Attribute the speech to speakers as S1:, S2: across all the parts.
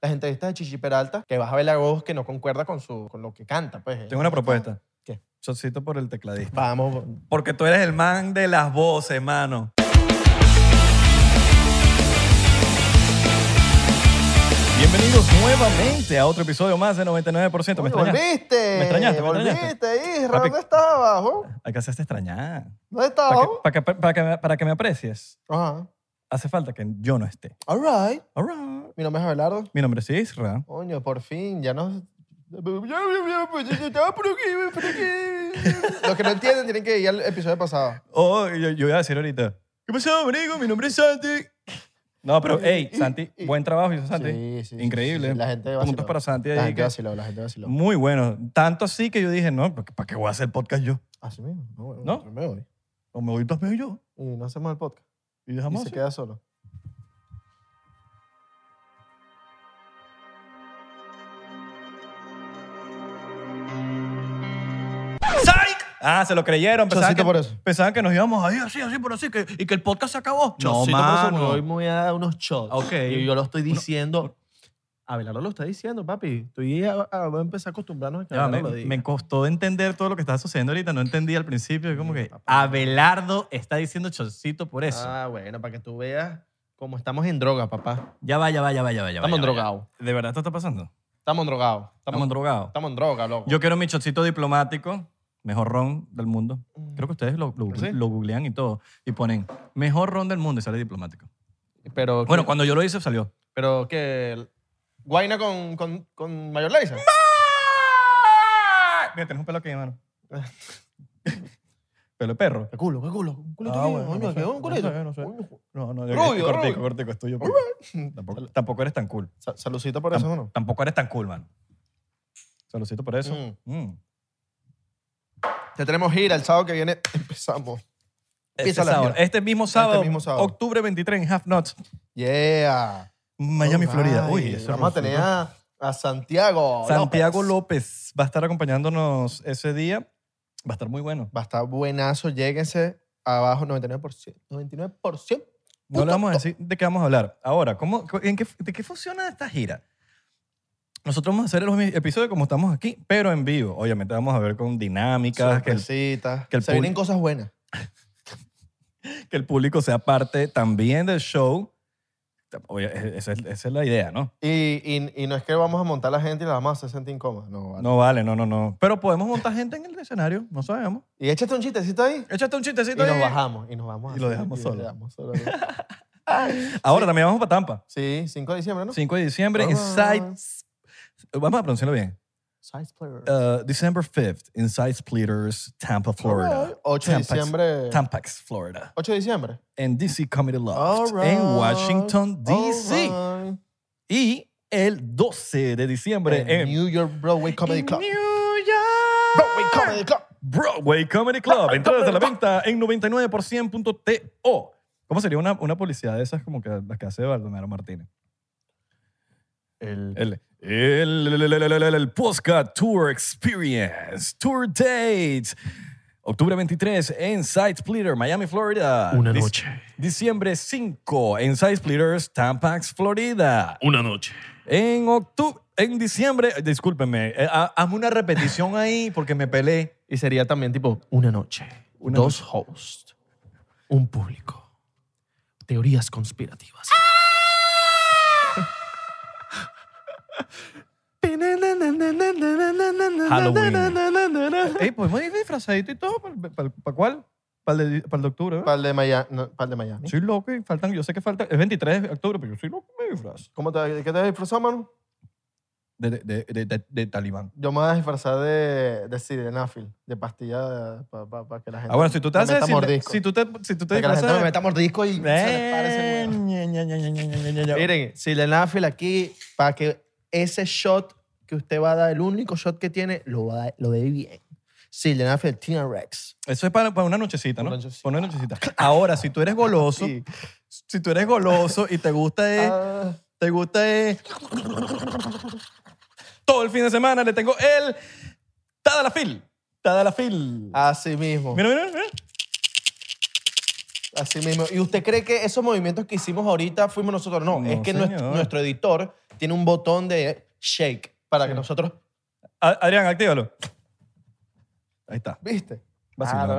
S1: las entrevistas de Chichi Peralta, que vas a ver la voz que no concuerda con, su, con lo que canta. Pues,
S2: Tengo una propuesta.
S1: ¿Qué?
S2: Chocito por el tecladista.
S1: Vamos.
S2: Porque tú eres el man de las voces, mano. Bienvenidos nuevamente a otro episodio más de 99%. ¿Me
S1: Uy,
S2: extrañaste?
S1: volviste.
S2: ¿Me extrañaste? ¿Me
S1: volviste, Isra.
S2: Papi.
S1: ¿Dónde estabas? jo?
S2: Hay que hacerte extrañar.
S1: ¿Dónde
S2: Para
S1: estabas?
S2: que,
S1: jo?
S2: para, que, para, que me, para que me aprecies,
S1: Ajá.
S2: hace falta que yo no esté.
S1: All right.
S2: All right.
S1: Mi nombre es Abelardo.
S2: Mi nombre es Isra.
S1: Coño, por fin, ya no. Estaba por aquí, por aquí. Los que no entienden tienen que ir al episodio pasado.
S2: Oh, yo, yo voy a decir ahorita. ¿Qué pasó, amigo? Mi nombre es Santi. No, pero, hey, Santi, buen trabajo, hizo Santi.
S1: Sí, sí, sí,
S2: Increíble.
S1: sí, sí. La gente vaciló.
S2: Puntos para Santi
S1: La
S2: ahí.
S1: gente
S2: que-
S1: vaciló, la gente vaciló.
S2: Muy bueno. Tanto así que yo dije, no, ¿para qué voy a hacer podcast yo?
S1: Así mismo. No, bueno,
S2: ¿No?
S1: yo me voy.
S2: O me voy también yo.
S1: Y no hacemos el podcast.
S2: Y
S1: Y
S2: dejamos
S1: se
S2: así.
S1: queda solo.
S2: ¡Psych! Ah, se lo creyeron. Pensaban que,
S1: Chocito por eso.
S2: pensaban que nos íbamos ahí así, así, por así, que, y que el podcast se acabó. Chocito por eso,
S1: porque
S2: no.
S1: hoy me voy a dar unos shots.
S2: Ok.
S1: Y yo lo estoy diciendo. Abelardo lo está diciendo, papi. Tú y a, a- voy a empezar a acostumbrarnos a que
S2: Ya, Ah, me,
S1: Abelardo lo diga.
S2: me costó entender todo lo que estaba sucediendo ahorita. No entendí al principio. es Como que Abelardo está diciendo chocito por eso.
S1: Ah, bueno, para que tú veas cómo estamos en droga, papá.
S2: Ya va, ya va, ya va, ya va. ya va,
S1: Estamos
S2: ya va, ya va.
S1: drogados.
S2: ¿De verdad esto está pasando?
S1: Estamos drogados.
S2: Estamos
S1: Estamos,
S2: drogados.
S1: estamos en droga, loco.
S2: Yo quiero mi chocito diplomático, mejor ron del mundo.
S1: Mm.
S2: Creo que ustedes lo, lo-
S1: ¿Sí?
S2: lo googlean y todo. Y ponen mejor ron del mundo y sale diplomático.
S1: Pero,
S2: Bueno, cuando yo lo hice salió.
S1: pero que. Guaina con, con, con mayonesa.
S2: ¡Ah! Mira, tenés un pelo aquí, hermano. pelo de perro.
S1: ¿Qué culo? ¿Qué culo? ¿Un culito?
S2: Ah,
S1: aquí,
S2: bueno,
S1: coño,
S2: no sé,
S1: ¿qué? ¿Un
S2: no
S1: culito?
S2: sé, no sé.
S1: Coño.
S2: No, no, yo
S1: Rubio,
S2: cortico,
S1: rubio.
S2: cortico, es tuyo. pues.
S1: All
S2: Tampoco, tampoco eres tan cool.
S1: Sa- Saludcita por eso, ¿no?
S2: Tampoco eres tan cool, mano. Saludcito por eso. Mm.
S1: Ya tenemos gira el sábado que viene. Empezamos.
S2: Este,
S1: Empieza la
S2: sábado,
S1: gira.
S2: este mismo sábado,
S1: mismo sábado.
S2: octubre 23 en Half Nuts,
S1: Yeah.
S2: Miami,
S1: All
S2: Florida.
S1: right.
S2: Uy, eso
S1: Oh, Vamos a
S2: resultó-
S1: tener a, a Santiago.
S2: Santiago López va a estar acompañándonos ese día. Va a estar muy bueno.
S1: Va a estar buenazo. Lléguense abajo 99%. 99%.
S2: No le vamos a decir de qué vamos a hablar. Ahora, ¿cómo, cu- en qué, ¿de qué funciona esta gira? Nosotros vamos a hacer los mi- episodios como estamos aquí, pero en vivo. Obviamente vamos a ver con dinámicas, que el,
S1: Sorpresitas.
S2: que el
S1: Se vienen
S2: público-
S1: cosas buenas.
S2: que el público sea parte también del show. Oye, e- Esa es, esa es la idea, ¿no?
S1: Y, y, y no es que vamos a montar a la gente y la vamos a hacer sentir incómoda. No, vale.
S2: No vale, no, no, no. Pero podemos montar gente en el escenario, no sabemos.
S1: Y échate un chistecito ahí.
S2: Échate un
S1: Y
S2: chistecito
S1: nos
S2: ahí.
S1: bajamos. Y nos vamos
S2: Y lo dejamos
S1: y
S2: solo.
S1: lo dejamos solo, ¿no?
S2: Ahora también vamos para Tampa.
S1: Sí, 5 de diciembre, ¿no?
S2: 5 de diciembre, en
S1: Alright.
S2: Sites. Vamos a pronunciarlo bien.
S1: Size player.
S2: Uh, December 5th, Inside Splitters, Tampa, Florida.
S1: 8 de
S2: Tampax.
S1: diciembre.
S2: Tampax, Florida.
S1: 8 de diciembre.
S2: En DC Comedy Loft.
S1: Alright.
S2: En Washington, D.C.
S1: Alright.
S2: Y el 12 de diciembre
S1: En
S2: en
S1: New York Broadway Comedy
S2: en
S1: Club.
S2: New York.
S1: Broadway Comedy Club.
S2: Broadway Comedy Club. Entradas a la venta en 99%.to. ¿Cómo sería una, una publicidad de esas como que las que hace Baldomero Martínez?
S1: El,
S2: El, el, el, el, el- el- el Postcard Tour Experience, Tour Dates. Octubre 23 en Side Splitter, Miami, Florida.
S3: Una
S2: Dic-
S3: noche.
S2: Diciembre 5 en Side Splitters, Tampax, Florida.
S3: Una noche.
S2: En octubre, en diciembre, eh, discúlpenme, eh, ha- hazme una repetición ahí porque me peleé.
S1: y sería también tipo una noche,
S2: Una
S1: dos hosts, un público, teorías conspirativas.
S2: Halloween. Ey, podemos ir disfrazadito y todo. ¿Para cuál? ¿Para el, de- pa'l de octubre? ¿verdad?
S1: Para el de Miami. para el de Miami.
S2: Soy loco y faltan, yo sé que falta, es 23 de octubre, pero yo soy loco y me disfrazo.
S1: ¿Cómo te, ¿De qué te vas a disfrazar, mano?
S2: De, de, de, de, de- de Talibán.
S1: Yo me voy a disfrazar de, de sildenafil, de pastilla para que la gente.
S2: Ah, bueno, si tú te
S1: me
S2: haces.
S1: meta
S2: Si te,
S1: mordisco.
S2: si tú te, si tú
S1: Para
S2: te
S1: que la gente me
S2: disfrazas.
S1: meta mordisco y se les pare ese
S2: Eh,
S1: huevo.
S2: ña, ña, ña, ña, ña, ña, ña, ña.
S1: Miren, sildenafil aquí para que ese shot que usted va a dar, el único shot que tiene, lo, va a- lo dé bien. Sildenafil T-Rex.
S2: Eso es para, para una nochecita, ¿no?
S1: Una nochecita.
S2: Para una nochecita. Ahora, si tú eres goloso,
S1: Sí.
S2: si tú eres goloso y te gusta es-
S1: Ah,
S2: te gusta es- todo el fin de semana le tengo el Tadalafil. Tadalafil.
S1: así mismo.
S2: Mira, mira, mira.
S1: Así mismo. ¿Y usted cree que esos movimientos que hicimos ahorita fuimos nosotros? No,
S2: No,
S1: es que nuestro,
S2: señor.
S1: nuestro editor tiene un botón de shake para que
S2: Sí.
S1: nosotros,
S2: A- Adrián, actívalo. Ahí está.
S1: ¿viste?
S2: Vacilón.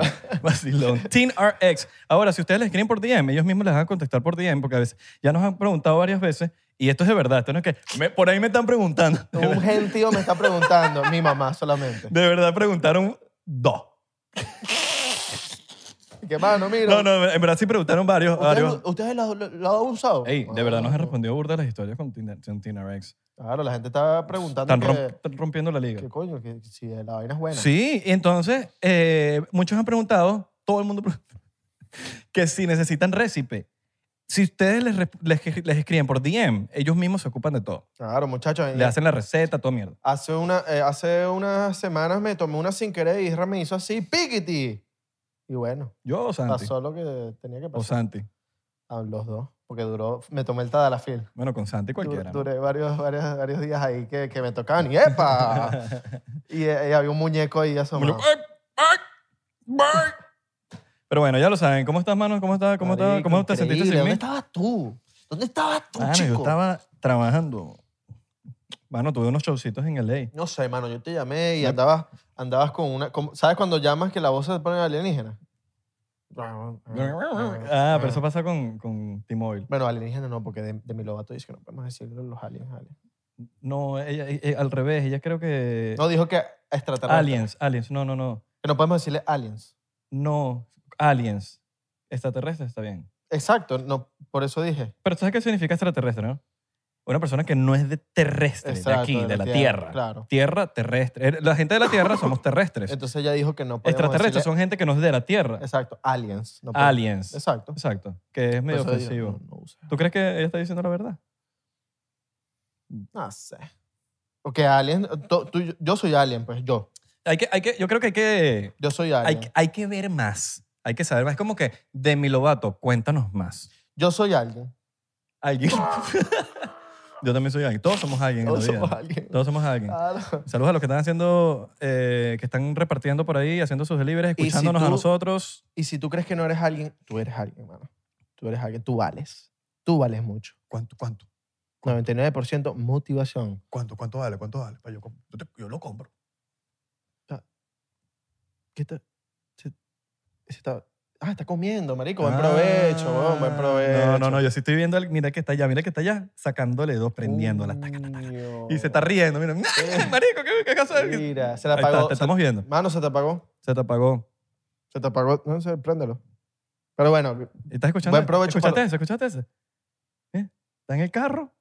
S1: Claro.
S2: Vacilón. Teen RX. Ahora, si ustedes les escriben por DM, ellos mismos les van a contestar por DM, porque a veces ya nos han preguntado varias veces, y esto es de verdad, esto no es que. me- por ahí me están preguntando. De,
S1: Un
S2: ver-
S1: gentío me está preguntando, mi mamá solamente.
S2: de verdad preguntaron dos.
S1: ¿Qué mano, mira?
S2: No, no, en verdad sí preguntaron varios.
S1: ¿Ustedes,
S2: varios.
S1: lo- ustedes lo, lo- lo han usado?
S2: Ey, de verdad nos
S1: Ah,
S2: han respondido burda las historias con Teen, con Teen RX.
S1: Claro, la gente está preguntando
S2: Están,
S1: que,
S2: romp- están rompiendo la liga.
S1: que coño, que si la vaina es buena.
S2: Sí, y entonces eh, muchos han preguntado, todo el mundo pregunta, que si necesitan récipe. Si ustedes les, re- les, les escriben por DM, ellos mismos se ocupan de todo.
S1: Claro, muchachos.
S2: Le hacen la receta, toda mierda.
S1: Hace, una, eh, hace unas semanas me tomé una sin querer y Isra me hizo así, piquiti. Y bueno,
S2: Yo o Santi.
S1: pasó lo que tenía que
S2: O
S1: pasar.
S2: Santi.
S1: Ah, los dos, porque duró, me tomé el Tadalafil.
S2: Bueno, con Santi
S1: Du-
S2: cualquiera. ¿no?
S1: Duré varios, varios, varios días ahí que, que me tocaban y ¡epa! y, eh, y había un muñeco ahí asomado.
S2: Pero bueno, ya lo saben. ¿Cómo estás, mano? ¿Cómo estás? ¿Cómo, estás?
S1: Marico,
S2: ¿Cómo te sentiste Ah,
S1: increíble.
S2: sin mí?
S1: ¿Dónde estabas tú? ¿Dónde estabas tú,
S2: Mano,
S1: chico?
S2: yo estaba trabajando. Mano, tuve unos showcitos en LA.
S1: No sé, mano, yo te llamé y
S2: Me-
S1: andabas, andabas con una... como- ¿Sabes cuando llamas que la voz se pone alienígena? Mm.
S2: Ah, pero eso pasa con, con T-Mobile.
S1: Bueno, alienígena no, porque de, de mi lobato dice que no podemos decirle los aliens, aliens.
S2: No, ella, ella- al revés, ella creo que...
S1: No, dijo que extraterrestres.
S2: aliens, aliens, no, no, no.
S1: Que no podemos decirle aliens.
S2: No, aliens. Extraterrestre está bien.
S1: Exacto, no, por eso dije.
S2: Pero ¿sabes qué significa extraterrestre, no? Una persona que no es de terrestre, Este, de
S1: Exacto,
S2: aquí, de, la Tierra.
S1: Claro.
S2: Tierra, terrestre. Eh, La gente de la Tierra somos terrestres.
S1: Entonces ella dijo que no podemos
S2: Extraterrestres
S1: decirle-
S2: son gente que no es de la Tierra.
S1: Exacto, aliens. no podemos-
S2: aliens.
S1: Exacto.
S2: Exacto. Que es medio
S1: Por eso digo,
S2: ofensivo.
S1: No, no usa.
S2: ¿Tú crees que ella está diciendo la verdad?
S1: No sé. Porque alien, tú- tú- yo soy alien, pues yo.
S2: Hay que, hay que, yo creo que hay que,
S1: Yo soy
S2: hay,
S1: alien.
S2: que- hay que ver más. Hay que saber más. Es como que, Demi Lovato, cuéntanos más.
S1: Yo soy alien.
S2: Alguien. Yo también soy alguien. Todos somos alguien. en la
S1: Todos
S2: vida,
S1: somos
S2: ¿no?
S1: alien.
S2: Todos somos alguien.
S1: Claro.
S2: Saludos a los que están haciendo, eh, que están repartiendo por ahí, haciendo sus deliveries,
S1: Y si
S2: escuchándonos a
S1: tú-
S2: nosotros.
S1: Y si tú crees que no eres alguien, tú eres alguien, mano. Tú eres alguien, tú vales. Tú vales mucho.
S3: ¿Cuánto, cuánto,
S1: 99% motivación.
S3: cuánto, cuánto vale? ¿Cuánto vale? Pa, Yo, comp- yo, te- yo lo compro.
S1: ¿Qué te- se- se está? Ah, está comiendo, marico. Buen provecho, weón, buen
S2: Ah,
S1: provecho.
S2: No, no, no, yo sí estoy viendo, al- mira que está allá, mira que está allá, sacándole dos, prendiéndola. taca, taca, taca.
S1: Coño. Eh,
S2: Y se está riendo, mira, ¡ay, marico, qué, qué caso es!
S1: Mira, se la
S2: Ahí está,
S1: apagó. se-
S2: te estamos viendo.
S1: Mano, se te apagó.
S2: Se te apagó.
S1: Se te apagó. No sé, préndelo. Pero bueno,
S2: ¿Estás escuchando?
S1: Buen provecho
S2: ¿Escuchaste
S1: para-
S2: eso? ¿Escuchaste eso? ¿Eh? Está en el carro,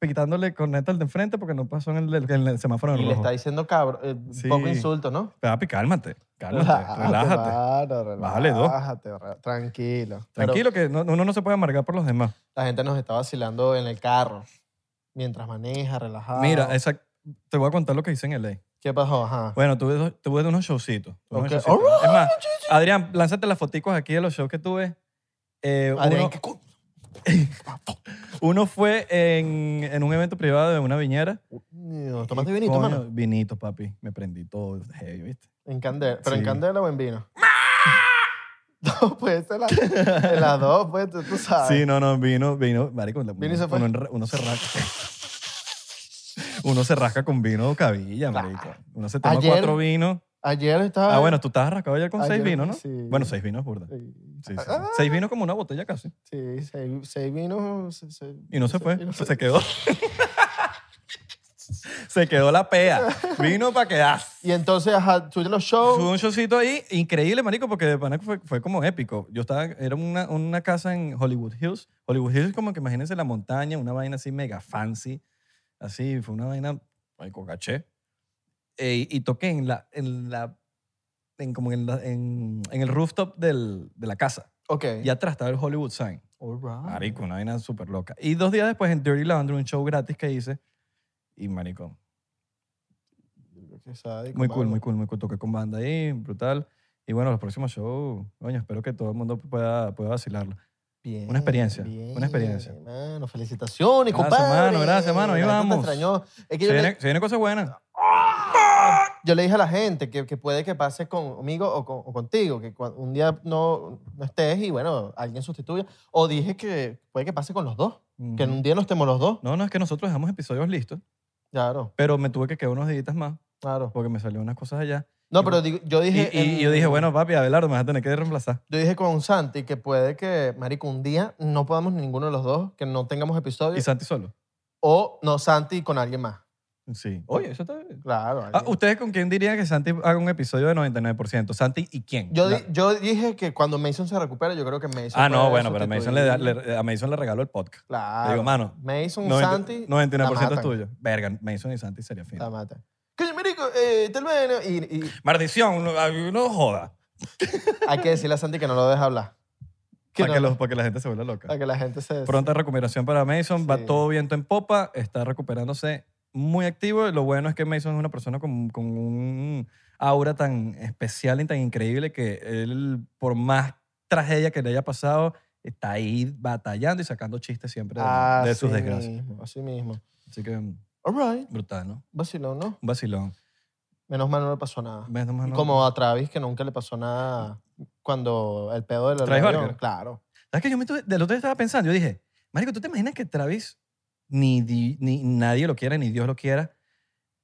S2: quitándole corneta al de enfrente porque no pasó en el, en el semáforo en
S1: y
S2: rojo.
S1: le está diciendo cabro. eh, un
S2: Sí.
S1: Poco insulto, ¿no?
S2: Papi, cálmate,
S1: Ah,
S2: cálmate, Ah, relájate.
S1: mano, relájate.
S2: Bájale dos.
S1: re- tranquilo. Pero
S2: Tranquilo, que no- uno no se puede amargar por los demás.
S1: la gente nos está vacilando en el carro. Mientras maneja, relajado.
S2: Mira, esa- te voy a contar lo que hice en LA.
S1: ¿Qué pasó? Ajá.
S2: Bueno, tuve, dos- tuve unos showcitos. tuve unos
S1: Ok. Oh,
S2: showcitos.
S1: Alright,
S2: Es más, Adrián, lánzate las foticos aquí de los shows que tuve. Eh,
S1: Adrián,
S2: uno,
S1: ¿qué co-
S2: uno fue en, en un evento privado de una viñera.
S1: Coño, ¿Tomaste vinito,
S2: Coño,
S1: mano?
S2: Vinito, papi. Me prendí todo. heavy, ¿viste?
S1: En candela. ¿Pero
S2: Sí. ¡Ah!
S1: en candela o en vino? No, pues en, la- en las dos, pues tú, tú sabes.
S2: Sí, no, no, vino, vino, marico, la-
S1: Vino y se fue.
S2: uno, enra- uno se rasca. uno se rasca con vino cabilla, marico. Uno se toma
S1: Ayer-
S2: cuatro vinos.
S1: Ayer estaba.
S2: Ah, bueno, tú estabas rascado ayer con seis
S1: ayer,
S2: vinos, ¿no?
S1: sí.
S2: Bueno, seis vinos, burda. Sí,
S1: Sí,
S2: sí.
S1: Ah.
S2: Seis vinos como una botella casi.
S1: sí, seis, seis vinos. se- se-
S2: Y no se fue,
S1: y no
S2: se, quedó. se quedó la pea. Vino para quedar.
S1: Y entonces, ajá, tuviste los
S2: Fue
S1: shows.
S2: un showcito ahí increíble, marico, porque de pana fue, fue como épico. Yo estaba, era una, una casa en Hollywood Hills. Hollywood Hills es como que imagínense la montaña, una vaina así mega fancy. Así, fue una vaina, marico, caché. Eh, y toqué en la, en la, en como en, la- en, en el rooftop del- de la casa.
S1: Ok.
S2: Y atrás estaba el Hollywood Sign.
S1: All right.
S2: Marico, una vaina súper loca. Y dos días después en Dirty Laundry, un show gratis que hice. Y marico,
S1: Qué sádico,
S2: muy cool,
S1: mano.
S2: muy cool, muy cool. Toqué con banda ahí, brutal. Y bueno, los próximos shows, coño, espero que todo el mundo pueda, pueda vacilarlo.
S1: Bien,
S2: Una experiencia, una
S1: bien,
S2: experiencia.
S1: Hermano, felicitaciones,
S2: Gracias,
S1: compadre.
S2: mano, gracias, mano, ahí
S1: La gente te
S2: vamos.
S1: extrañó. Es que
S2: Se
S1: yo le-
S2: viene, se viene cosas buenas.
S1: yo le dije a la gente que, que puede que pase conmigo o, con- o contigo, que cua- un día no, no estés y bueno, alguien sustituya. O dije que puede que pase con los dos, que en
S2: Ujú.
S1: un día no estemos los dos.
S2: No, no, es que nosotros dejamos episodios listos,
S1: Claro,
S2: pero me tuve que quedar unos días más
S1: claro.
S2: porque me salieron unas cosas allá.
S1: No,
S2: Y-
S1: pero digo- yo
S2: Y,
S1: dije...
S2: y- y yo
S1: en-
S2: dije, bueno, papi, Abelardo, me vas a tener que reemplazar.
S1: Yo dije con Santi que puede que, marico, un día no podamos ninguno de los dos, que no tengamos
S2: Y
S1: episodios.
S2: Santi solo.
S1: o no, Santi con alguien más.
S2: Sí. Oye, eso está bien.
S1: Claro.
S2: Ah,
S1: alguien.
S2: ¿Ustedes con quién dirían que Santi haga un episodio de 99%? ¿Santi y quién?
S1: yo,
S2: La-
S1: di- yo dije que cuando Mason se recupere, yo creo que Mason.
S2: Ah,
S1: puede
S2: no, bueno, pero a Mason, le, da-
S1: sustituir.
S2: le- a Mason le regaló el podcast.
S1: Claro.
S2: Le digo, mano,
S1: Mason,
S2: 90
S1: Santi.
S2: 99%
S1: la
S2: es
S1: matan.
S2: tuyo. Verga, Mason y Santi sería fino.
S1: La mata. Coño, marico, eh, te lo ven, y, y
S2: Maldición, no, ay, no joda.
S1: hay que decirle a Santi que no lo deja hablar. Que
S2: Para que,
S1: no-
S2: los- para que la gente se vuelva loca.
S1: para que la gente se...
S2: Pronta recuperación para Mason,
S1: Sí.
S2: va todo viento en popa, está recuperándose muy activo. Lo bueno es que Mason es una persona con, con un aura tan especial y tan increíble que él, por más tragedia que le haya pasado, está ahí batallando y sacando chistes siempre de, de sus
S1: Así
S2: desgracias.
S1: Ah, mismo, así mismo.
S2: Así que
S1: All right.
S2: brutal, ¿no?
S1: Vacilón, ¿no?
S2: Un vacilón.
S1: Menos mal no le pasó nada.
S2: ¿Ves nomás, no?
S1: Como a Travis, que nunca le pasó nada cuando el pedo del
S2: Travis
S1: avión.
S2: Barker.
S1: Claro.
S2: ¿Sabes que yo me tuve- del otro día estaba pensando? Yo dije, Marico, ¿tú te imaginas que Travis ni, di- ni nadie lo quiera, ni Dios lo quiera?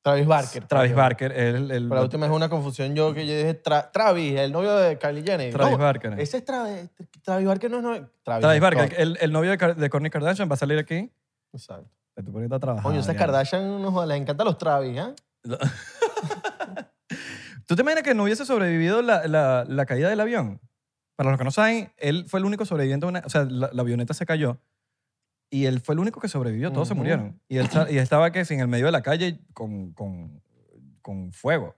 S1: Travis Barker.
S2: Travis
S1: coño.
S2: Barker, el, el,
S1: Pero la última es una confusión yo que yo dije Tra- Travis, el novio de Kylie Jenner.
S2: Travis
S1: No,
S2: Barker.
S1: Ese es Travis. Travis Barker no es novio. Travis,
S2: Travis
S1: Scott.
S2: Barker, el, el novio de, Kar- de Kourtney Kardashian va a salir aquí.
S1: Exacto.
S2: Te estoy poniendo a trabajar.
S1: Coño, esas
S2: Adrián.
S1: Kardashian, no jodas, les encantan los Travis, ¿eh?
S2: ¿Tú te imaginas que no hubiese sobrevivido la, la- la caída del avión? Para los que no saben, él fue el único sobreviviente. de una- o sea, la, la avioneta se cayó y él fue el único que sobrevivió. Todos se
S1: Ujú.
S2: murieron. Y él, sa- y estaba que en el medio de la calle con, con, con fuego.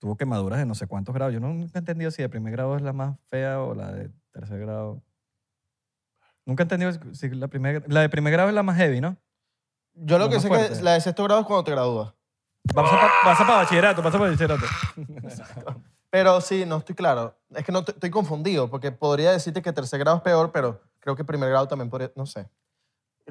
S2: Tuvo quemaduras de no sé cuántos grados. Yo no- nunca he entendido si de primer grado es la más fea o la de tercer grado. Nunca he entendido si la, primer, la de primer grado es la más heavy, ¿no?
S1: Yo lo,
S2: Lo
S1: que
S2: más
S1: sé que
S2: fuerte.
S1: la de sexto grado es cuando te gradúas.
S2: Pasa para bachillerato, pasa para bachillerato.
S1: Pero sí, no estoy claro. Es que no te- estoy confundido, porque podría decirte que tercer grado es peor, pero creo que primer grado también podría. No sé.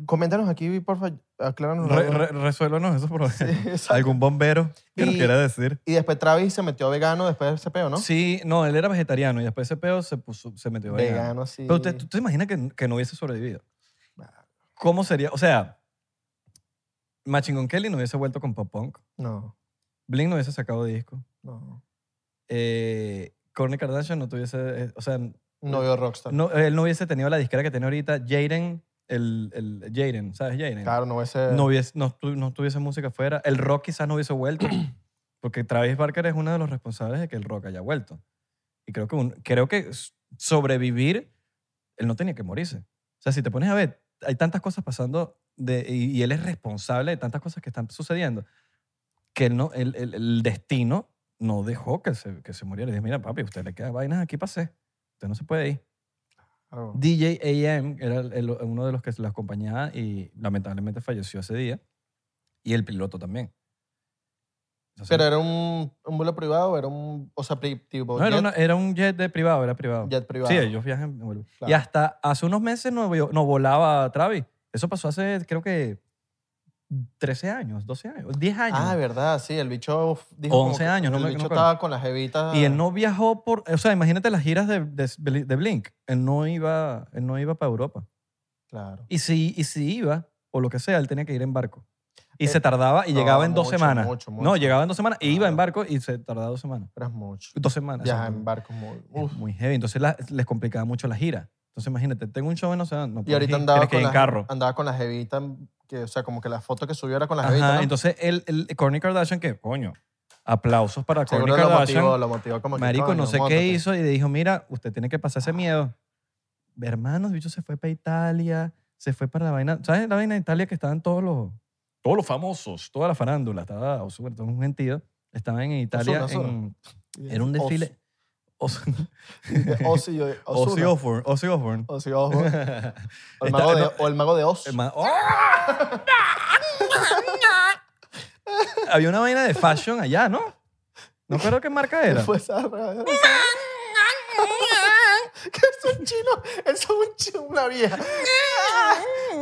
S1: Coméntanos aquí, porfa, acláranos. la
S2: Re-
S1: duda.
S2: re- resuélvanos esos problemas.
S1: Sí, exacto.
S2: ¿Algún bombero que nos
S1: Y-
S2: quiera decir?
S1: Y después Travis se metió vegano después de ese peo, ¿no?
S2: Sí, no, él era vegetariano y después ese peo se, puso, se metió
S1: Vegano,
S2: vegano.
S1: así.
S2: Pero usted, ¿tú te imaginas que, que no hubiese sobrevivido?
S1: Nah.
S2: ¿Cómo sería? O sea, Machingón Kelly no hubiese vuelto con Pop Punk.
S1: No,
S2: Blink no hubiese sacado disco.
S1: no.
S2: Eh, Kourtney Kardashian no tuviese... eh, o sea,
S1: No veo rockstar.
S2: no, él no hubiese tenido la disquera que tiene ahorita. Jaden, el, el Jaden, ¿sabes Jaden?
S1: Claro, no ese.
S2: no, hubiese, no, tu- no tuviese música afuera, el rock quizás no hubiese vuelto, porque Travis Barker es uno de los responsables de que el rock haya vuelto. Y creo que, un- creo que s- sobrevivir, él no tenía que morirse. O sea, si te pones a ver, hay tantas cosas pasando de, y, y él es responsable de tantas cosas que están sucediendo, que él no, el, el- el destino no dejó que se, que se muriera. Le dije, mira, papi, usted le queda vainas aquí pasé. Usted no se puede ir.
S1: Claro.
S2: DJ AM era el- el- uno de los que la acompañaba y lamentablemente falleció ese día. Y el piloto también. Entonces,
S1: Pero era un, un vuelo privado, era un. O sea, pri- tipo.
S2: no, era,
S1: jet,
S2: una- era un jet de privado, era privado.
S1: jet privado.
S2: Sí, ellos viajan. vuelven.
S1: Claro.
S2: Y hasta hace unos meses no, vio- no volaba Travis. Eso pasó hace, creo que, 13 años, 12 años, 10 años.
S1: Ah, verdad, sí. El bicho f- dijo. como
S2: 11
S1: que
S2: años, no
S1: El
S2: me- no
S1: bicho
S2: me acuerdo.
S1: estaba con las jevitas.
S2: y él no viajó por... O sea, imagínate las giras de, de- de Blink. Él no iba, él no iba para Europa.
S1: Claro.
S2: Y si, y si iba, o lo que sea, él tenía que ir en barco. Y
S1: Eh,
S2: se tardaba y
S1: no,
S2: llegaba en dos
S1: mucho,
S2: semanas.
S1: mucho,
S2: No,
S1: mucho.
S2: llegaba en dos semanas y iba
S1: Claro.
S2: en barco y se tardaba dos semanas.
S1: Eras mucho.
S2: Dos semanas.
S1: Viajar
S2: o sea,
S1: en barco muy. Uf.
S2: es Muy heavy. Entonces la- les complicaba mucho la gira. Entonces imagínate, tengo un show en no sé dónde, no
S1: Y
S2: puedes ir,
S1: ahorita andaba
S2: tienes que
S1: con,
S2: ir
S1: las,
S2: en carro.
S1: andaba con las jevitas. Que, o sea, como que la foto que subió era con las
S2: Ajá,
S1: jevitas. ¿no?
S2: Entonces el, el Kourtney Kardashian, que coño, aplausos para Kourtney
S1: Seguro lo motivó,
S2: Kardashian.
S1: lo motivó como que,
S2: Marico,
S1: coño,
S2: no sé
S1: móntate.
S2: qué hizo y le dijo, mira, usted tiene que pasar ese miedo. Hermanos, bicho se fue para Italia, se fue para la vaina. ¿Sabes la vaina de Italia que estaban todos los, todos los famosos, toda la farándula? Estaba Osuna, todo un gentío. Estaban en Italia.
S1: Ozuna.
S2: en- era un desfile. Ozuna.
S1: Ozzy, yo-
S2: Ozzy
S1: Ozuna.
S2: Osbourne. Ozzy Osbourne.
S1: Ozzy Osbourne. O el
S2: Está-
S1: mago de,
S2: no,
S1: o el mago de Oz.
S2: el ma- ¡Oh! Había una vaina de fashion allá, ¿no? No creo qué marca era.
S1: Fue esa- ¿Qué es un chino? Eso es un chino, una vieja.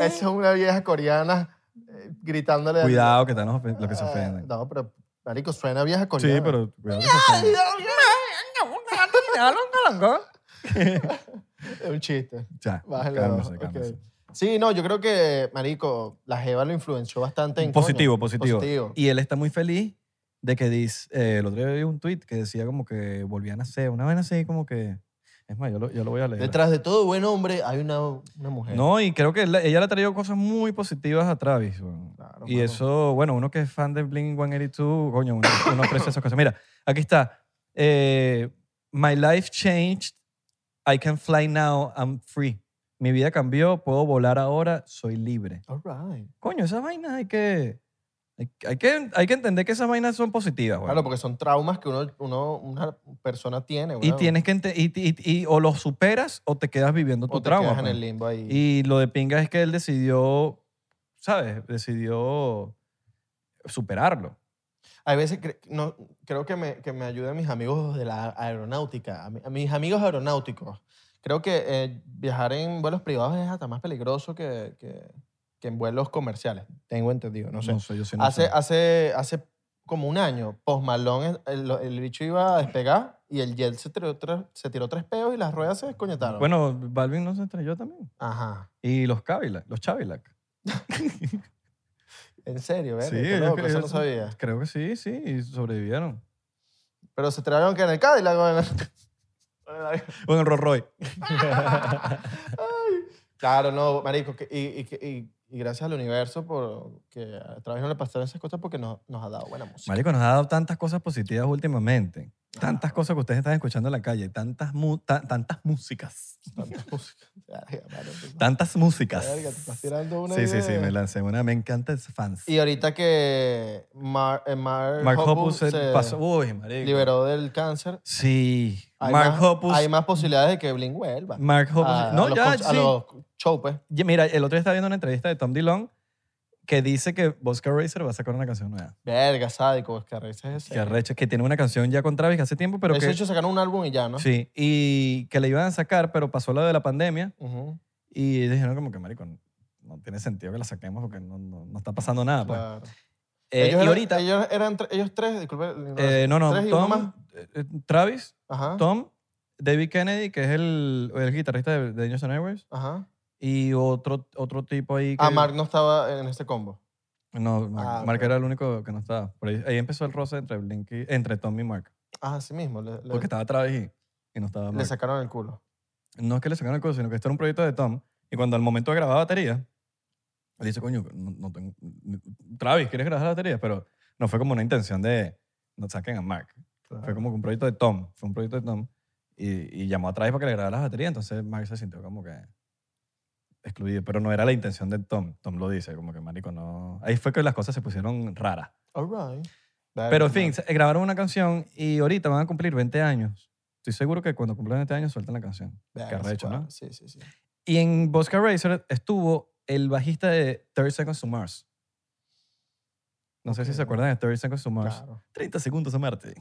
S1: Eso es una vieja coreana eh, gritándole.
S2: Cuidado que están los, ofen- los que se
S1: Ah,
S2: ofenden.
S1: No, pero Marico, suena vieja con
S2: Sí, pero cuidado que se suena.
S1: Es un chiste.
S2: Ya,
S1: Bájale
S2: cálmese,
S1: dos,
S2: cálmese.
S1: ok. Sí, no, yo creo que, marico, la jeva lo influenció bastante en coño,
S2: Positivo, positivo, Y él está muy feliz de que dice, eh, el otro día vi un tweet que decía como que volvían a nacer, una vez así como que, es más, yo lo, yo lo voy a leer.
S1: Detrás de todo buen hombre hay una, una mujer.
S2: No, y creo que él- ella le ha traído cosas muy positivas a Travis. weón.
S1: Claro,
S2: y
S1: mano.
S2: eso, bueno, uno que es fan de Blink 182, coño, uno, uno aprecia esas cosas. Mira, aquí está. eh, My life changed. I can fly now. I'm free. Mi vida cambió. Puedo volar ahora. Soy libre.
S1: All right.
S2: Coño, esas vainas hay que. Hay, hay que, hay que entender que esas vainas son positivas. weón.
S1: Claro, porque son traumas que uno, uno una persona tiene.
S2: y
S1: weón.
S2: tienes que. ente- Y, y- y- o los superas o te quedas viviendo tu
S1: o te
S2: trauma.
S1: quedas en
S2: pues.
S1: el limbo ahí.
S2: Y lo de pinga es que él decidió, ¿sabes? Decidió superarlo.
S1: Hay veces, cre- no, creo que me, que me ayudan mis amigos de la aeronáutica, a, mi- a mis amigos aeronáuticos. Creo que eh, viajar en vuelos privados es hasta más peligroso que, que- que en vuelos comerciales. Tengo entendido, no sé.
S2: yo sí no
S1: hace,
S2: sé.
S1: hace, hace como un año, Post Malone, eh, el, el bicho iba a despegar y el jet se tiró, tres- se tiró tres peos y las ruedas se desconectaron.
S2: Bueno, Balvin no se estrelló también.
S1: Ajá.
S2: Y los Cavilac, los Chavilac.
S1: En serio, ¿verdad?
S2: Sí,
S1: Qué
S2: yo
S1: loco,
S2: creo-
S1: eso no
S2: yo-
S1: sabía.
S2: Creo que sí, sí, y sobrevivieron.
S1: Pero se tiraron que en el Cadillac. o en el-
S2: Bueno, el Rolls Royce.
S1: Ay. Claro, no, marico. que- y, y que- y- y gracias al universo por que a través no le pasaron esas cosas porque nos, nos ha dado buena música.
S2: Marico, nos ha dado tantas cosas positivas últimamente. Tantas cosas que ustedes están escuchando en la calle. Tantas, mu- ta- tantas músicas.
S1: Tanta música. Verga, mano, tú-
S2: Tantas músicas.
S1: verga, te estás tirando una
S2: Sí, sí,
S1: idea.
S2: sí, me lancé una. Me encanta ese fans.
S1: Y ahorita que Mar- eh, Mark,
S2: Mark
S1: Hoppus
S2: Hoppus se
S1: se
S2: pasó. Uy, marico.
S1: liberó del cáncer,
S2: Sí.
S1: hay,
S2: Mark
S1: más,
S2: Hoppus.
S1: hay más posibilidades de que Blink vuelva.
S2: Mark Hoppus.
S1: a, a
S2: no,
S1: los
S2: ya,
S1: cons- a
S2: sí.
S1: los shows, pues.
S2: Ya, Mira, el otro día estaba viendo una entrevista de Tom DeLonge que dice que Bosca Racer va a sacar una canción nueva.
S1: Verga, sádico, es que arrecha es ese.
S2: Que arrecho, que tiene una canción ya con Travis que hace tiempo, pero
S1: De
S2: que...
S1: hecho, sacaron un álbum y ya, ¿no?
S2: Sí, y que le iban a sacar, pero pasó lo de la pandemia
S1: Ujú,
S2: y dijeron como que, marico, no tiene sentido que la saquemos porque no, no- no está pasando nada. pues".
S1: claro.
S2: Eh,
S1: ellos
S2: y
S1: eran-
S2: ahorita...
S1: Ellos eran tre- ellos tres, disculpe. la ignorancia.
S2: eh, no, no,
S1: tres y uno
S2: Tom,
S1: más.
S2: eh, eh, Travis,
S1: Ajá.
S2: Tom, David Kennedy, que es el, el guitarrista de, de Angels and Airwaves,
S1: Ajá.
S2: y otro, otro tipo ahí que...
S1: Ah, Mark no estaba en este combo.
S2: No, Mark,
S1: Ah,
S2: Mark
S1: ok.
S2: era el único que no estaba. Por ahí, ahí empezó el roce entre, Blink y- entre Tom y Mark.
S1: Ah, sí mismo. Le, le-
S2: Porque estaba Travis y, y no estaba
S1: le
S2: Mark.
S1: sacaron el culo.
S2: No es que le sacaron el coche, sino que esto era un proyecto de Tom. Y cuando al momento de grabar batería, él dice, coño, no, no tengo... Travis, ¿quieres grabar la batería? Pero no fue como una intención de no saquen a Mark. Fue como que un proyecto de Tom. Fue un proyecto de Tom. Y, y llamó a Travis para que le grabara la batería. Entonces Mark se sintió como que excluido. Pero no era la intención de Tom. Tom lo dice, como que marico, no... Ahí fue que las cosas se pusieron raras.
S1: All right. Verga,
S2: Pero en fin,
S1: Mark.
S2: se- grabaron una canción y ahorita van a cumplir 20 años. Estoy seguro que cuando cumplan 20 años sueltan la canción.
S1: Verga,
S2: qué arrecho,
S1: squad.
S2: ¿no?
S1: Sí, sí, sí.
S2: Y en Bosca Racer estuvo el bajista de 30 Seconds to Mars. No sé si
S1: Ok.
S2: se acuerdan de 30 Seconds to Mars.
S1: Claro.
S2: 30 segundos a Marte.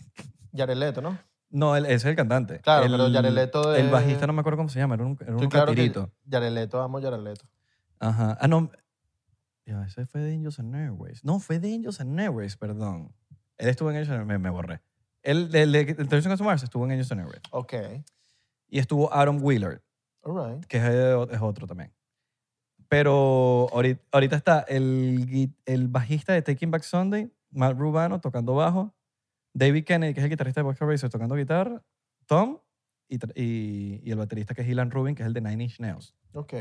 S1: Jared Leto, ¿no?
S2: No, él, ese es el cantante.
S1: Claro,
S2: el,
S1: pero Jared Leto
S2: El
S1: es-
S2: bajista, no me acuerdo cómo se llama, era un, era
S1: Estoy
S2: un
S1: claro que
S2: catirito.
S1: Jared Leto, amo Jared Leto.
S2: Ajá. Ah, no. Ya, ese fue de Angels and Airways. No, fue de Angels and Airways, perdón. Él estuvo en Angels and Airways, me, me borré. Él, el, de- el 30 Seconds to Mars estuvo en Angels and Airways.
S1: Ok.
S2: Y estuvo Aaron Wheeler,
S1: All right.
S2: que es, eh, es otro también. Pero ahorit- ahorita, está el, gui- el bajista de Taking Back Sunday, Matt Rubano, tocando bajo. David Kennedy, que es el guitarrista de Boxer Racer, tocando guitarra. Tom y, tra- y- y el baterista que es Ilan Rubin, que es el de Nine Inch Nails.
S1: Ok.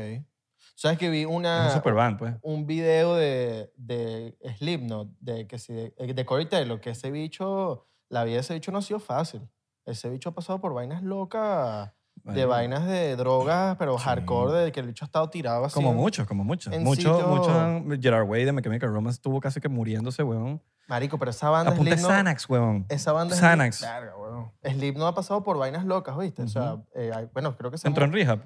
S1: ¿Sabes que vi una,
S2: es un superband, pues.
S1: un video de, de Slipknot, de, que si, de, de Corey Taylor, que ese bicho, la vida de ese bicho no ha sido fácil. Ese bicho ha pasado por vainas locas, de
S2: Bueno,
S1: vainas de drogas, pero
S2: Sí.
S1: hardcore, de que el bicho ha estado tirado así.
S2: Como
S1: en-
S2: muchos, como muchos.
S1: en
S2: Muchos,
S1: sitio-
S2: muchos. han- Gerard Way de My Chemical Romance estuvo casi que muriéndose, weón.
S1: Marico, pero esa banda
S2: Apunta
S1: Slipknot-
S2: Xanax, weón.
S1: Esa banda es-
S2: Xanax.
S1: Verga, weón. Slipknot ha pasado por vainas locas, ¿viste? O sea,
S2: Ujú.
S1: eh, hay- bueno, creo que se
S2: ¿Entró
S1: mu-
S2: en rehab?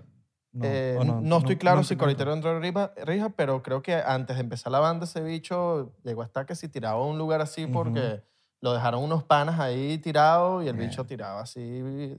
S2: No,
S1: Eh,
S2: ¿o
S1: no, estoy claro si
S2: entró en
S1: Coritero entró en riba- Rija, pero creo que antes de empezar la banda, ese bicho llegó hasta que si tiraba a un lugar así
S2: Ujú.
S1: porque lo dejaron unos panas ahí tirado y el
S2: Mierda.
S1: bicho tiraba así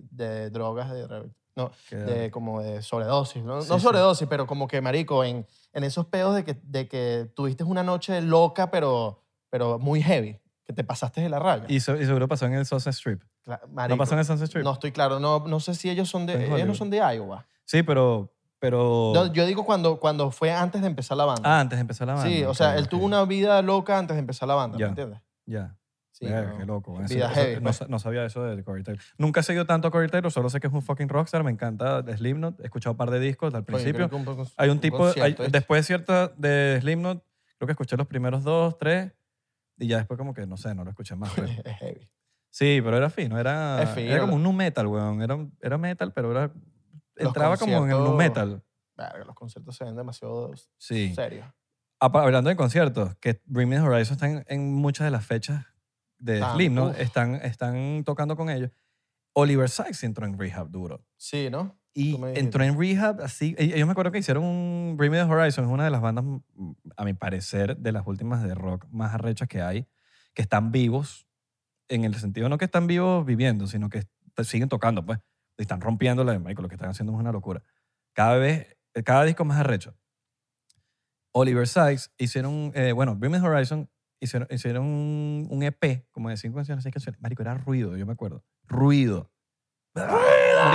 S1: de drogas, de, re- no,
S2: rehab. Qué-
S1: de como de sobredosis. No,
S2: Sí,
S1: No
S2: sí.
S1: sobredosis, pero como que, marico, en, en esos pedos de que, de que tuviste una noche loca, pero, pero muy heavy. que te pasaste de la raya.
S2: Y, so- y seguro pasó en el Sunset Strip.
S1: Cla-
S2: ¿No
S1: marico,
S2: pasó en el Sunset Strip?
S1: no estoy claro. No, no sé si ellos son de.
S2: En
S1: Ellos no
S2: Hollywood. Oh.
S1: son de Iowa.
S2: Sí, pero... pero...
S1: No, yo digo cuando, cuando fue antes de empezar la banda.
S2: Ah, antes de empezar la banda.
S1: sí, o sea,
S2: ok,
S1: él
S2: ok.
S1: tuvo una vida loca antes de empezar la banda,
S2: Ya.
S1: ¿me entiendes?
S2: Ya.
S1: Sí,
S2: Verga,
S1: no.
S2: qué loco. Eso-
S1: Vida
S2: eso-
S1: heavy,
S2: no,
S1: pues.
S2: sa- no sabía eso de Corey Taylor. Nunca he seguido tanto a Corey Taylor, solo sé que es un fucking rockstar. Me encanta Slipknot. He escuchado un par de discos al
S1: Coño,
S2: principio.
S1: creo que poco-
S2: Hay un tipo, hay-
S1: concierto, ¿eh?
S2: después de cierta de Slipknot, creo que escuché los primeros dos, tres, y ya después como que, no sé, no lo escuché más. pues.
S1: Es heavy.
S2: sí, pero era fino, era,
S1: Es fino.
S2: era como un nu metal, weón. Era, era metal, pero era, entraba como en el nu
S1: conciertos-
S2: metal.
S1: Verga, los conciertos se ven demasiado
S2: Sí.
S1: serios.
S2: Apa- Hablando de conciertos, que Bring Me the Horizon están en muchas de las fechas de
S1: Ah,
S2: Slipknot,
S1: uf.
S2: están, están tocando con ellos. Oliver Sykes entró en rehab duro.
S1: Sí, ¿no?
S2: Y
S1: Tú me dijiste.
S2: entró en rehab así. e- Ellos me acuerdo que hicieron un Bring Me the Horizon, es una de las bandas, mm, a mi parecer, de las últimas de rock más arrechas que hay, que están vivos, en el sentido no que están vivos viviendo, sino que est- siguen tocando, pues. Y están rompiendo la marico, lo que están haciendo es una locura. Cada vez, eh, cada disco más arrecho. Oliver Sykes hicieron, eh, bueno, Bring Me the Horizon hicieron, hicieron un, un EP como de cinco canciones, seis canciones. Marico, era ruido, yo me acuerdo. Ruido. Marico,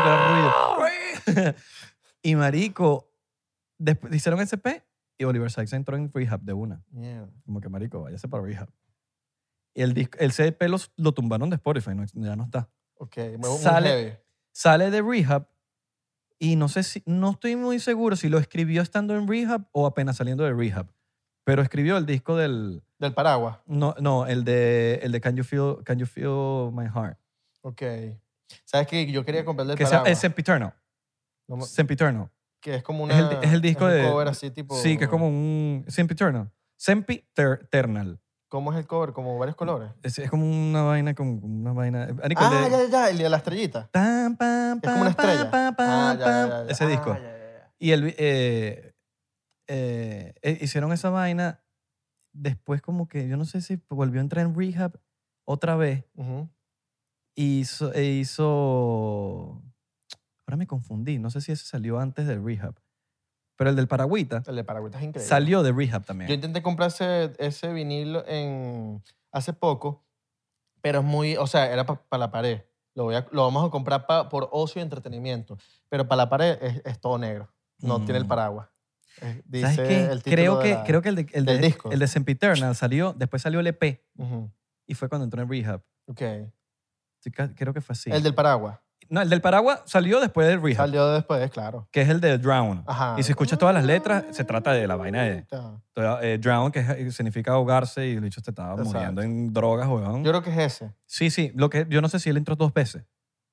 S2: era ruido. y marico, después hicieron SP y Oliver Sykes entró en rehab de una.
S1: Mierda.
S2: Como que marico, váyase para rehab. Y el, disco, el CDP los- lo tumbaron de Spotify, no- ya no está.
S1: Ok, muy, muy
S2: Sale-
S1: heavy.
S2: Sale de rehab y no sé si, no estoy muy seguro si lo escribió estando en rehab o apenas saliendo de rehab. Pero escribió el disco del,
S1: Del paraguas.
S2: no, no, el de, el de Can You Feel, Can you feel My Heart.
S1: Ok. ¿Sabes qué? Yo quería comprar el
S2: Que sea,
S1: paraguas.
S2: es Sempiterno,
S1: No me-
S2: Sempiterno.
S1: que es como
S2: es
S1: una...
S2: el- es el disco
S1: es un
S2: de-
S1: cover así, tipo...
S2: Sí, que es como un sempiternal. Sempiternal.
S1: ¿Cómo es el cover? Como varios colores.
S2: Es, es como una vaina, como como una vaina. Marico, el
S1: Ah,
S2: de-
S1: ya, ya, ya. El de la estrellita.
S2: Tan, pam,
S1: Es como una
S2: pam, pam,
S1: estrella.
S2: pam,
S1: Ah,
S2: pam,
S1: ya, ya,
S2: pam.
S1: ya, ya.
S2: Ese
S1: Ah,
S2: disco.
S1: ya, ya, ya.
S2: Y el, eh, eh, eh, hicieron esa vaina. Después, como que yo no sé si volvió a entrar en rehab otra vez.
S1: Ujú.
S2: Y hizo. e hizo- Ahora me confundí. No sé si ese salió antes del rehab. Pero el del Paragüita
S1: El de paraguas es increíble.
S2: salió de rehab también.
S1: Yo intenté comprar ese, ese vinilo en, hace poco, pero es muy, o sea, era para la pared. Lo, voy a- lo vamos a comprar pa- por ocio y entretenimiento, pero para la pared es, es todo negro, no tiene el
S2: Mm.
S1: paraguas. Es- dice
S2: ¿Sabes qué?
S1: el título
S2: creo,
S1: de
S2: que,
S1: la-
S2: creo que el de, el
S1: del
S2: de-
S1: disco.
S2: el de Sempiternal salió, después salió el EP
S1: Ujú,
S2: y fue cuando entró en rehab.
S1: ok.
S2: Sí, ca- Creo que fue así.
S1: El del paraguas.
S2: no, el del Paraguas salió después del rehab,
S1: Salió después, claro.
S2: que es el de Drown.
S1: Ajá. Ah.
S2: Y si escuchas todas las letras, se trata de la vaina de
S1: Puta.
S2: toda- eh, Drown, que es- significa ahogarse y el bicho te estaba
S1: Exacto.
S2: muriendo en drogas, weón.
S1: Yo creo que es ese.
S2: Sí, sí, lo que, yo no sé si él entró dos veces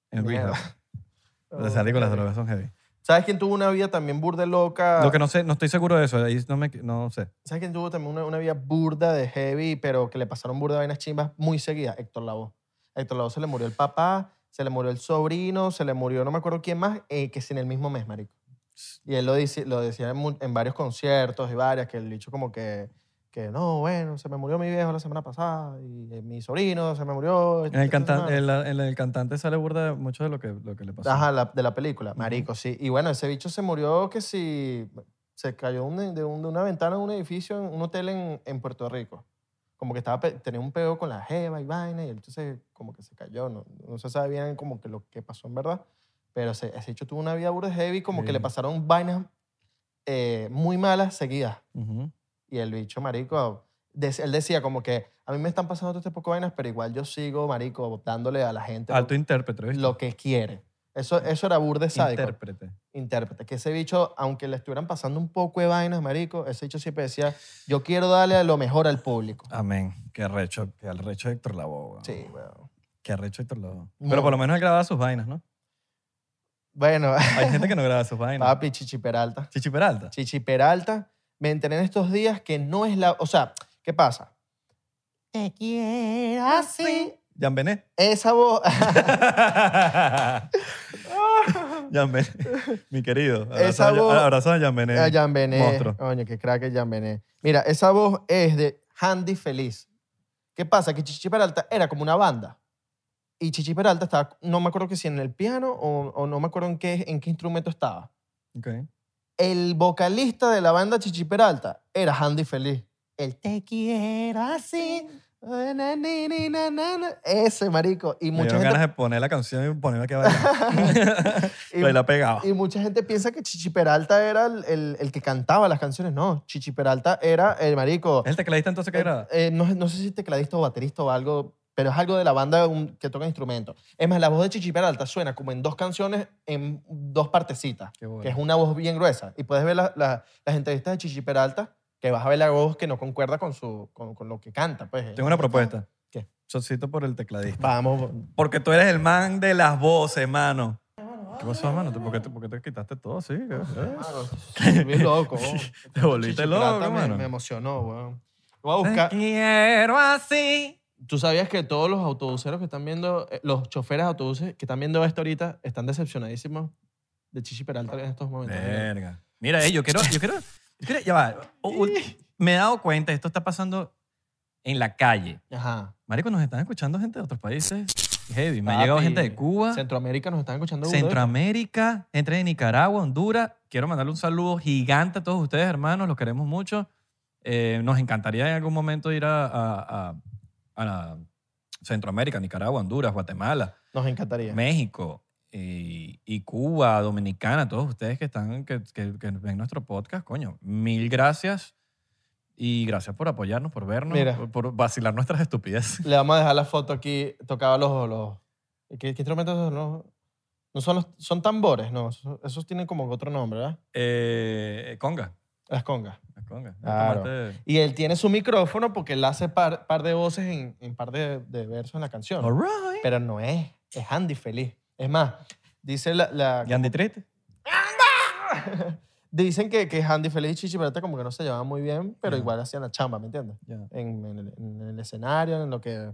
S2: en
S1: Mierda.
S2: rehab. O sea, digo, las
S1: Ok. Ah.
S2: drogas son heavy.
S1: ¿Sabes quién tuvo una vida también burda de loca?
S2: Lo que no sé, no estoy seguro de eso, ahí no, me, no sé.
S1: ¿Sabes quién tuvo también una, una vida burda de heavy, pero que le pasaron burda de vainas chimbas muy seguidas? Héctor Lavoe. A Héctor Lavoe se le murió el papá, se le murió el sobrino, se le murió no me acuerdo quién más, eh, que es en el mismo mes, marico. Y él lo, dice, lo decía en, mu- en varios conciertos y varias, que el dicho como que, que no, bueno, se me murió mi viejo la semana pasada y eh, mi sobrino se me murió.
S2: En el,
S1: esta
S2: cantan-
S1: semana".
S2: en la- en el cantante sale burda de mucho de lo que, lo que le pasó.
S1: Ajá, la- de la película, marico, sí. Y bueno, ese bicho se murió que si se cayó un- de, un- de una ventana de un edificio en un hotel en, en Puerto Rico. Como que estaba pe- tenía un peo con la jeva y vaina y el bicho se- como que se cayó. No, no se sabe bien como que lo que pasó en verdad. Pero se- ese bicho tuvo una vida burda heavy como que le
S2: Sí.
S1: pasaron vainas eh, muy malas seguidas.
S2: Ujú.
S1: Y el bicho, marico, des- él decía como que a mí me están pasando todo este poco de vainas, pero igual yo sigo, marico, dándole a la gente lo-
S2: Alto intérprete, ¿viste?
S1: lo que quiere. Eso, eso era burde sádico.
S2: intérprete.
S1: Intérprete. Que ese bicho, aunque le estuvieran pasando un poco de vainas, marico, ese bicho siempre decía, yo quiero darle lo mejor al público.
S2: Amén. Qué arrecho, qué arrecho Héctor Lavoe. weón.
S1: Sí, weón.
S2: Qué arrecho Héctor Lavoe.
S1: Muy.
S2: Pero por lo menos él grababa sus vainas, ¿no?
S1: Bueno,
S2: Hay gente que no graba sus vainas.
S1: papi, Chichi Peralta.
S2: Chichi Peralta.
S1: Chichi Peralta, me enteré en estos días que no es la... O sea, ¿qué pasa? Te quiero así.
S2: Jan Benet.
S1: Esa voz...
S2: Jan Benet. Mi querido. Abrazo,
S1: Esa
S2: a,
S1: voz-
S2: Jan- abrazo a Jan Benet.
S1: A Jan Benet.
S2: Eh, Monstruo.
S1: Ah, Coño, qué crack es Jan Benet. Mira, esa voz es de Handy Feliz. ¿Qué pasa? Que Chichi Peralta era como una banda. Y Chichi Peralta estaba, no me acuerdo que si en el piano o, o no me acuerdo en qué, en qué instrumento estaba.
S2: Ok.
S1: El vocalista de la banda Chichi Peralta era Handy Feliz. El te quiero así. Ese, marico. Y
S2: Me
S1: mucha,
S2: dieron
S1: gente,
S2: ganas de poner la canción y ponerme aquí a bailar.
S1: y-
S2: Pero la pegaba.
S1: y mucha gente piensa que Chichi Peralta era el, el- el que cantaba las canciones. No, Chichi Peralta era el marico.
S2: ¿Es el tecladista entonces que graba?
S1: Eh, eh, no, no sé si tecladista o baterista o algo, pero es algo de la banda un- que toca instrumentos. Es más, la voz de Chichi Peralta suena como en dos canciones, en dos partecitas,
S2: Qué bueno.
S1: que es una voz bien gruesa. Y puedes ver la- la- las entrevistas de Chichi Peralta, que vas a ver la voz que no concuerda con, su, con, con lo que canta. Pues.
S2: Tengo una propuesta.
S1: ¿Qué?
S2: Chocito por el tecladista.
S1: Vamos.
S2: Porque tú eres el man de las voces, mano. ¿Qué pasó, mano? ¿Por qué te, por qué te quitaste todo? Sí. ¿qué?
S1: Claro, estoy bien loco.
S2: Te volviste
S1: Chichi
S2: loco,
S1: Peralta me-
S2: mano.
S1: Me, emocionó, weón. Lo Voy a buscar.
S2: quiero así.
S1: Tú sabías que todos los autobuseros que están viendo, eh, los choferes de autobuses que están viendo esto ahorita, están decepcionadísimos de Chichi Peralta en estos momentos.
S2: Verga. Mira, eh, yo quiero, yo quiero, yo quiero- ya va. U- u- me he dado cuenta, esto está pasando en la calle.
S1: Ajá.
S2: Marico, nos están escuchando gente de otros países. Heavy. Me ha
S1: Papi,
S2: llegado gente de Cuba,
S1: Centroamérica nos están escuchando. burda.
S2: Centroamérica, gente de Nicaragua, Honduras. Quiero mandarle un saludo gigante a todos ustedes, hermanos. Los queremos mucho. Eh, nos encantaría en algún momento ir a, a- a- a la Centroamérica, Nicaragua, Honduras, Guatemala.
S1: Nos encantaría.
S2: México eh, y, y Cuba, Dominicana, todos ustedes que están, que, que- que ven nuestro podcast, coño, mil gracias. Y gracias por apoyarnos, por vernos,
S1: Mira.
S2: por, por vacilar nuestras estupideces.
S1: Le vamos a dejar la foto aquí. Tocaba los. los ¿qué, qué instrumentos son? los- no son, los, son tambores, no. Esos, esos tienen como otro nombre, ¿verdad?
S2: Eh, conga.
S1: Las congas.
S2: las congas.
S1: Claro.
S2: Tomaste-
S1: Y él tiene su micrófono porque él hace par, par de voces en, en par de, de versos en la canción.
S2: All right.
S1: Pero no es. Es Andy feliz. Es más, dice la. la-
S2: ¿Y Andy Triste?
S1: Dicen que, que Andy Feliz y Chichi Peralta como que no se llevaban muy bien, pero
S2: Ya.
S1: igual hacían la chamba, ¿me entiendes?
S2: Ya.
S1: En, en el, en el escenario, en lo que...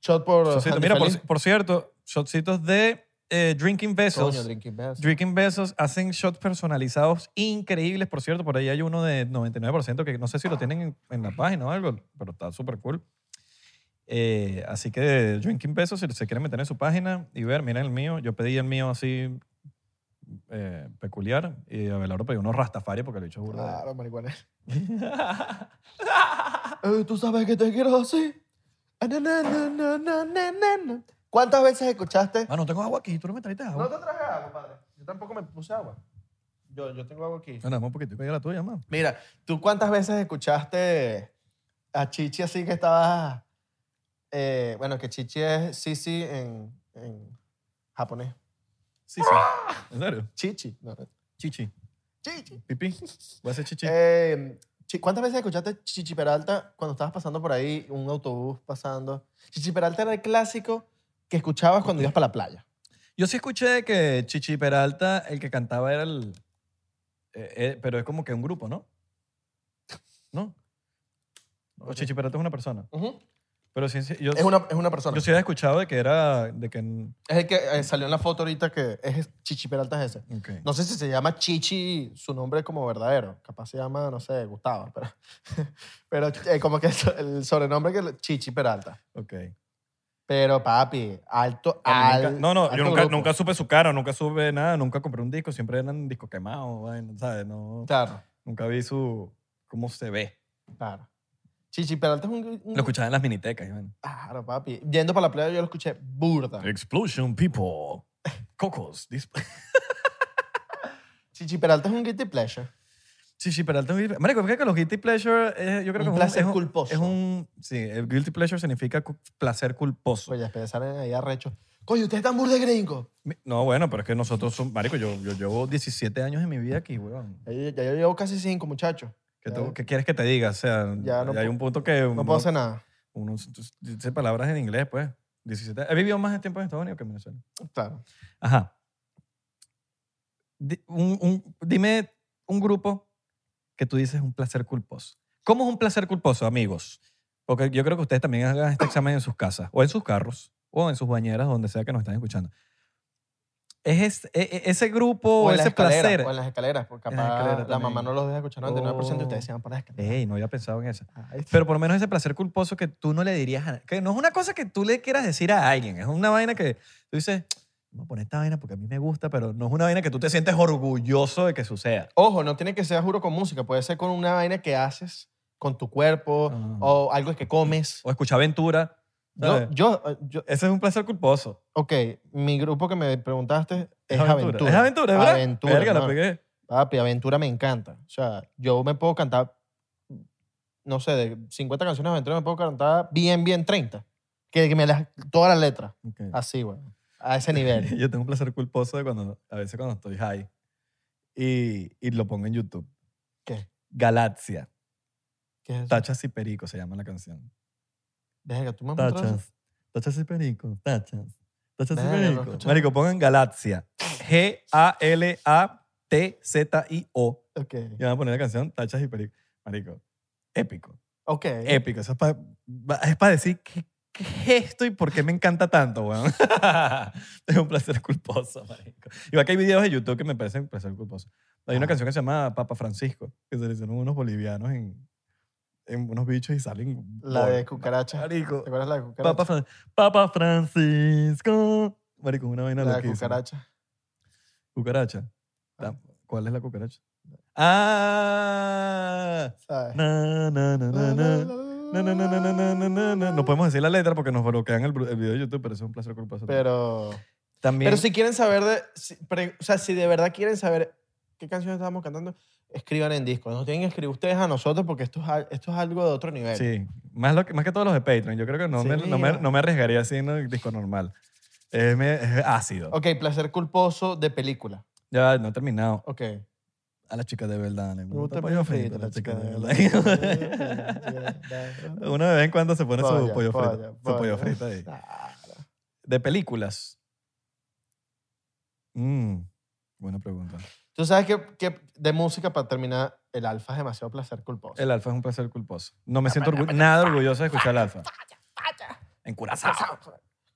S1: Shot por
S2: Shotcito.
S1: Andy
S2: Mira,
S1: Feliz.
S2: por, por cierto, shotcitos de eh, Drinking Vessels.
S1: Coño, Drinking Bells.
S2: Drinking Besos hacen shots personalizados increíbles, por cierto. Por ahí hay uno de 99% que no sé si lo tienen en, en la página o algo, pero está súper cool. Eh, así que Drinking Besos, si se quieren meter en su página y ver, miren el mío. Yo pedí el mío así eh, peculiar y Abelardo pidió uno Rastafari porque lo he dicho burda.
S1: Claro, marihuana.
S2: de-
S1: Eh, Tú sabes que te quiero así. Ah, na, na, na, na, na, na, na, na. ¿Cuántas veces escuchaste?
S2: Ah, no tengo agua aquí, tú no me trajiste agua.
S1: No te traje agua, padre. Yo tampoco me puse agua. Yo, yo tengo agua aquí.
S2: No, no, un poquitico, ya la tuya, man.
S1: Mira, ¿tú cuántas veces escuchaste a Chichi así que estaba... eh, bueno, que Chichi es Sisi en, en japonés.
S2: Sí, sí. ¿En serio?
S1: Chichi. No.
S2: Chichi.
S1: Chichi.
S2: Pipí. Voy a hacer chichi.
S1: Eh, chi- ¿Cuántas veces escuchaste Chichi Peralta cuando estabas pasando por ahí, un autobús pasando? Chichi Peralta era el clásico que escuchabas cuando ibas para la playa.
S2: Yo sí escuché que Chichi Peralta, el que cantaba era el... eh, eh, pero es como que un grupo, ¿no? ¿No? O Chichi Peralta es una persona.
S1: Ujú.
S2: Pero sí, sí, yo,
S1: es, una, es una persona.
S2: yo sí había escuchado de que era... De que,
S1: Es el que eh, salió en la foto ahorita que es Chichi Peralta es ese.
S2: ok.
S1: No sé si se llama Chichi su nombre como verdadero. Capaz se llama, no sé, Gustavo. Pero, pero eh, como que so- el sobrenombre que le- Chichi Peralta.
S2: ok.
S1: Pero papi, alto,
S2: A mí nunca-
S1: al-
S2: no, no,
S1: alto
S2: yo nunca,
S1: grupo.
S2: nunca supe su cara, nunca supe nada, nunca compré un disco, siempre eran discos quemados, vaina, ¿sabes? No,
S1: Claro,
S2: nunca vi su... cómo se ve.
S1: claro. Chichi Peralta es un... un-
S2: Lo escuchaba en las minitecas. y vaina.
S1: Claro, papi. Yendo para la playa yo lo escuché burda.
S2: Explosion People. Cocos. dis-
S1: Chichi Peralta es un guilty pleasure.
S2: Sí, sí, pero alto guilty pleasure. Marico, creo que los guilty pleasure eh, yo creo que
S1: Un
S2: es
S1: placer
S2: es un,
S1: culposo.
S2: Es un, sí, el guilty pleasure significa cu- placer culposo.
S1: Oye, empezar ahí arrecho. Coño, ustedes están burda de gringo.
S2: Mi- No, bueno, pero es que nosotros somos, marico, yo, yo llevo 17 años en mi vida aquí, weón.
S1: Ya, yo- ya yo llevo casi cinco, muchachos.
S2: ¿Qué,
S1: Ya.
S2: tú- qué quieres que te diga? O sea,
S1: Ya no
S2: hay
S1: pu-
S2: un punto que
S1: No
S2: uno,
S1: puedo hacer nada.
S2: uno dice palabras en inglés, pues. 17, he vivido más tiempo en Estados Unidos que en Venezuela.
S1: Claro.
S2: Ajá. Di- un- un- dime un grupo que tú dices un placer culposo. ¿Cómo es un placer culposo, amigos? Porque yo creo que ustedes también hagan este examen en sus casas, o en sus carros, o en sus bañeras, donde sea que nos estén escuchando. Es, es- e- e- ese grupo,
S1: O en las
S2: ese
S1: escaleras,
S2: placer.
S1: O en las escaleras, porque
S2: En las
S1: capaz
S2: escaleras
S1: la
S2: también.
S1: mamá no los deja escuchar 99% de
S2: Oh.
S1: ustedes se van por las escaleras.
S2: Ey, no había pensado en eso.
S1: Ay,
S2: Pero por lo menos ese placer culposo que tú no le dirías a Que no es una cosa que tú le quieras decir a alguien. Es una vaina que tú dices, voy a poner esta vaina porque a mí me gusta, pero no es una vaina que tú te sientes orgulloso de que suceda.
S1: Ojo, no tiene que ser juro con música, puede ser con una vaina que haces con tu cuerpo
S2: Ah.
S1: o algo que comes.
S2: O escuchar aventura.
S1: Yo,
S2: ¿sabes?
S1: yo, yo-
S2: Ese es un placer culposo.
S1: ok, mi grupo que me preguntaste es Aventura.
S2: Es aventura, ¿verdad?
S1: Aventura,
S2: Verga, la
S1: hermano.
S2: pegué.
S1: Papi, Aventura me encanta. O sea, yo me puedo cantar, no sé, de 50 canciones de Aventura me puedo cantar bien, bien 30. Que, que me las, todas las letras.
S2: Ok.
S1: Así, güey. A ese nivel.
S2: Yo tengo un placer culposo de cuando, a veces cuando estoy high y, y lo pongo en YouTube.
S1: ¿Qué?
S2: Galaxia.
S1: ¿Qué es eso?
S2: Tachas y Perico se llama la canción.
S1: Verga, tú me mostraste.
S2: Tachas. Tachas y Perico. Tachas. Tachas y
S1: Verga, no
S2: Perico.
S1: escuché.
S2: Marico, pongan Galaxia. G-A-L-A-T-Z-I-O.
S1: Ok.
S2: Y van a poner la canción Tachas y Perico. Marico, épico.
S1: Ok.
S2: Épico. Eso es para es pa decir qué, qué es esto y por qué me encanta tanto, weón. es un placer culposo, marico. Igual que hay videos de YouTube que me parecen un placer culposo. Hay una
S1: Ah.
S2: canción que se llama Papa Francisco, que se le hicieron unos bolivianos en, en unos bichos y salen...
S1: La de
S2: bol-
S1: cucaracha.
S2: Marico.
S1: ¿Te acuerdas la de cucaracha?
S2: Papa, Fran- Papa Francisco. Marico, una vaina
S1: la de
S2: loquísima.
S1: cucaracha.
S2: Cucaracha.
S1: Ah.
S2: ¿Cuál es la cucaracha? Ah,
S1: ¿Sabes?
S2: na, na, na, na, na. Na, na, na, na, na, na, na, na, na. No podemos decir la letra porque nos bloquean el, bru- el video de YouTube, pero eso es un placer culposo.
S1: Pero.
S2: también.
S1: Pero si quieren saber de. si- pre- o sea, si de verdad quieren saber qué canciones estábamos cantando, escriban en disco. Nos tienen que escribir ustedes a nosotros porque esto es, al- esto es algo de otro nivel.
S2: Sí, más, lo que, más que todos los de Patreon. Yo creo que no, me,
S1: Sí.
S2: no, me, no me arriesgaría así en el disco normal. Es, me- es ácido.
S1: Ok, placer culposo de película.
S2: Ya no he terminado.
S1: Ok.
S2: A la chica de verdad. Me
S1: gusta
S2: gusta
S1: pollo
S2: pollo
S1: frito,
S2: frito, la chica de
S1: verdad.
S2: verdad. Uno de vez en cuando se pone
S1: Polla,
S2: su pollo
S1: polla,
S2: frito. Su pollo
S1: polla.
S2: frito ahí.
S1: Ah,
S2: De películas. Mm, buena pregunta.
S1: Tú sabes que, que de música, para terminar, el alfa es demasiado placer culposo.
S2: El alfa es un placer culposo. No me siento orgu- nada orgulloso de escuchar el alfa. En Curazao.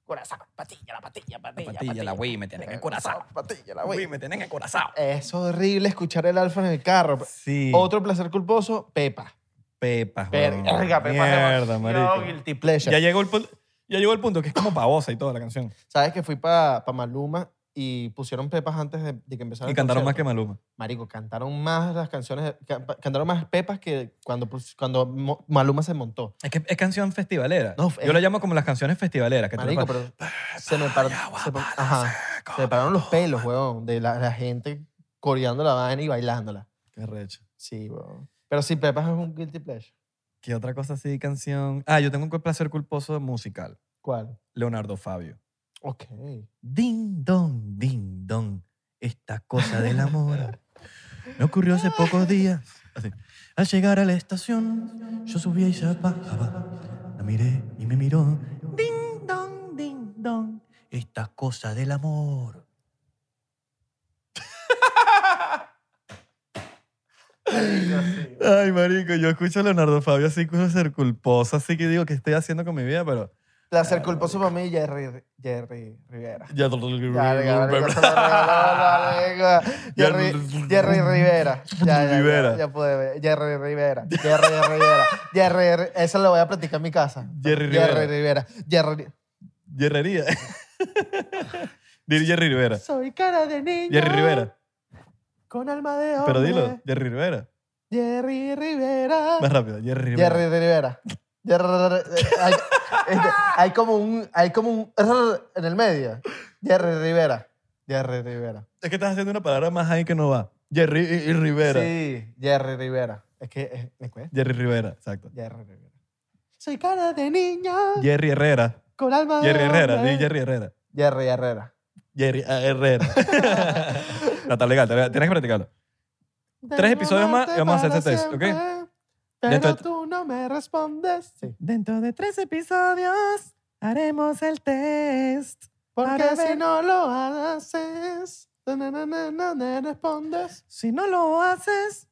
S4: Corazón, patilla, la patilla, patilla.
S2: patilla, Ah. la Wii, me tienen en Curazao.
S1: Patilla, la
S2: La Wii,
S1: wey.
S2: me tienen en Curazao.
S1: Es horrible escuchar el alfa en el carro.
S2: Sí.
S1: Otro placer culposo, Pepa.
S2: Pepa,
S1: Verga,
S2: huevón.
S1: Pepa. es
S2: Mierda,
S1: demasiado
S2: marico.
S1: Guilty pleasure.
S2: Ya llegó, el, pu- ya llegó el punto que es como pavosa y toda la canción.
S1: ¿Sabes que fui para Maluma y pusieron pepas antes de, de que empezara
S2: Y
S1: el
S2: cantaron más que
S1: Ah, concierto?
S2: Maluma.
S1: Marico, cantaron más las canciones, ca- cantaron más pepas que cuando, pus- cuando Mo- Maluma se montó.
S2: Es que es canción festivalera.
S1: No,
S2: Yo
S1: es-
S2: la llamo como las canciones festivaleras. Que tú le
S1: Marico,
S2: paras-
S1: pero se me, par- se me- ajá, se me pararon los pelos, weón, de la, la gente coreando la vaina y bailándola.
S2: Qué recho.
S1: Sí, weón. Pero sí, pepas es un guilty pleasure.
S2: ¿Qué otra cosa así, canción? Ah, yo tengo un placer culposo musical.
S1: ¿Cuál?
S2: Leonardo Fabio.
S1: Ok.
S2: Ding dong, ding dong, esta cosa del amor me ocurrió hace pocos días. Así. Al llegar a la estación, yo subía y se apagaba. La miré y me miró. Ding dong, ding dong, esta cosa del amor. Ay, marico, yo escucho a Leonardo Fabio así con ser culposa, así que digo que estoy haciendo con mi vida, pero... Ah,
S1: Placer culposo para mí, Jerry, Jerry Rivera.
S2: Ya,
S1: Ya, ya, ya, ya, ya, ya, ya, Jerry, Jerry Rivera. Ya, ya, ya,
S2: Rivera.
S1: Ya, pude ver. Jerry Rivera. Jerry Rivera. Jerry Ri- Eso lo voy a platicar en mi casa.
S2: Jerry
S1: Jerry Rivera.
S2: Rivera.
S1: Jerry.
S2: Yerrería. Dile Jerry Rivera.
S1: Soy cara de niño.
S2: Jerry Rivera.
S1: Con alma de hombre.
S2: Pero dilo, Jerry Rivera.
S1: Jerry Rivera.
S2: Más rápido, Jerry Rivera.
S1: Jerry Rivera. Jerry Rivera. Hay, este, hay como un. Hay como un. rrr En el medio. Jerry Rivera. Jerry Rivera.
S2: Es que estás haciendo una palabra más ahí que no va. Jerry y- y Rivera.
S1: Sí, Jerry Rivera. Es que eh, me cuesta.
S2: Jerry Rivera, exacto.
S1: Jerry Rivera. Soy cara de niña
S2: Jerry Herrera.
S1: con alma de
S2: Jerry Herrera,
S1: hombre.
S2: di Jerry Herrera.
S1: Jerry Herrera.
S2: Jerry ah, Herrera. no, está legal, está legal. tienes que practicarlo. Tres
S1: Debo
S2: episodios más y
S1: amarte
S2: vamos a hacer
S1: para
S2: este test, ¿ok?
S1: siempre,
S2: Dentro
S1: Pero
S2: de-
S1: tú no me respondes. Sí.
S2: Dentro de tres episodios haremos el test. Para
S1: Porque si
S2: ver-
S1: no lo haces, na, na, na, na, no me respondes.
S2: Si no lo haces,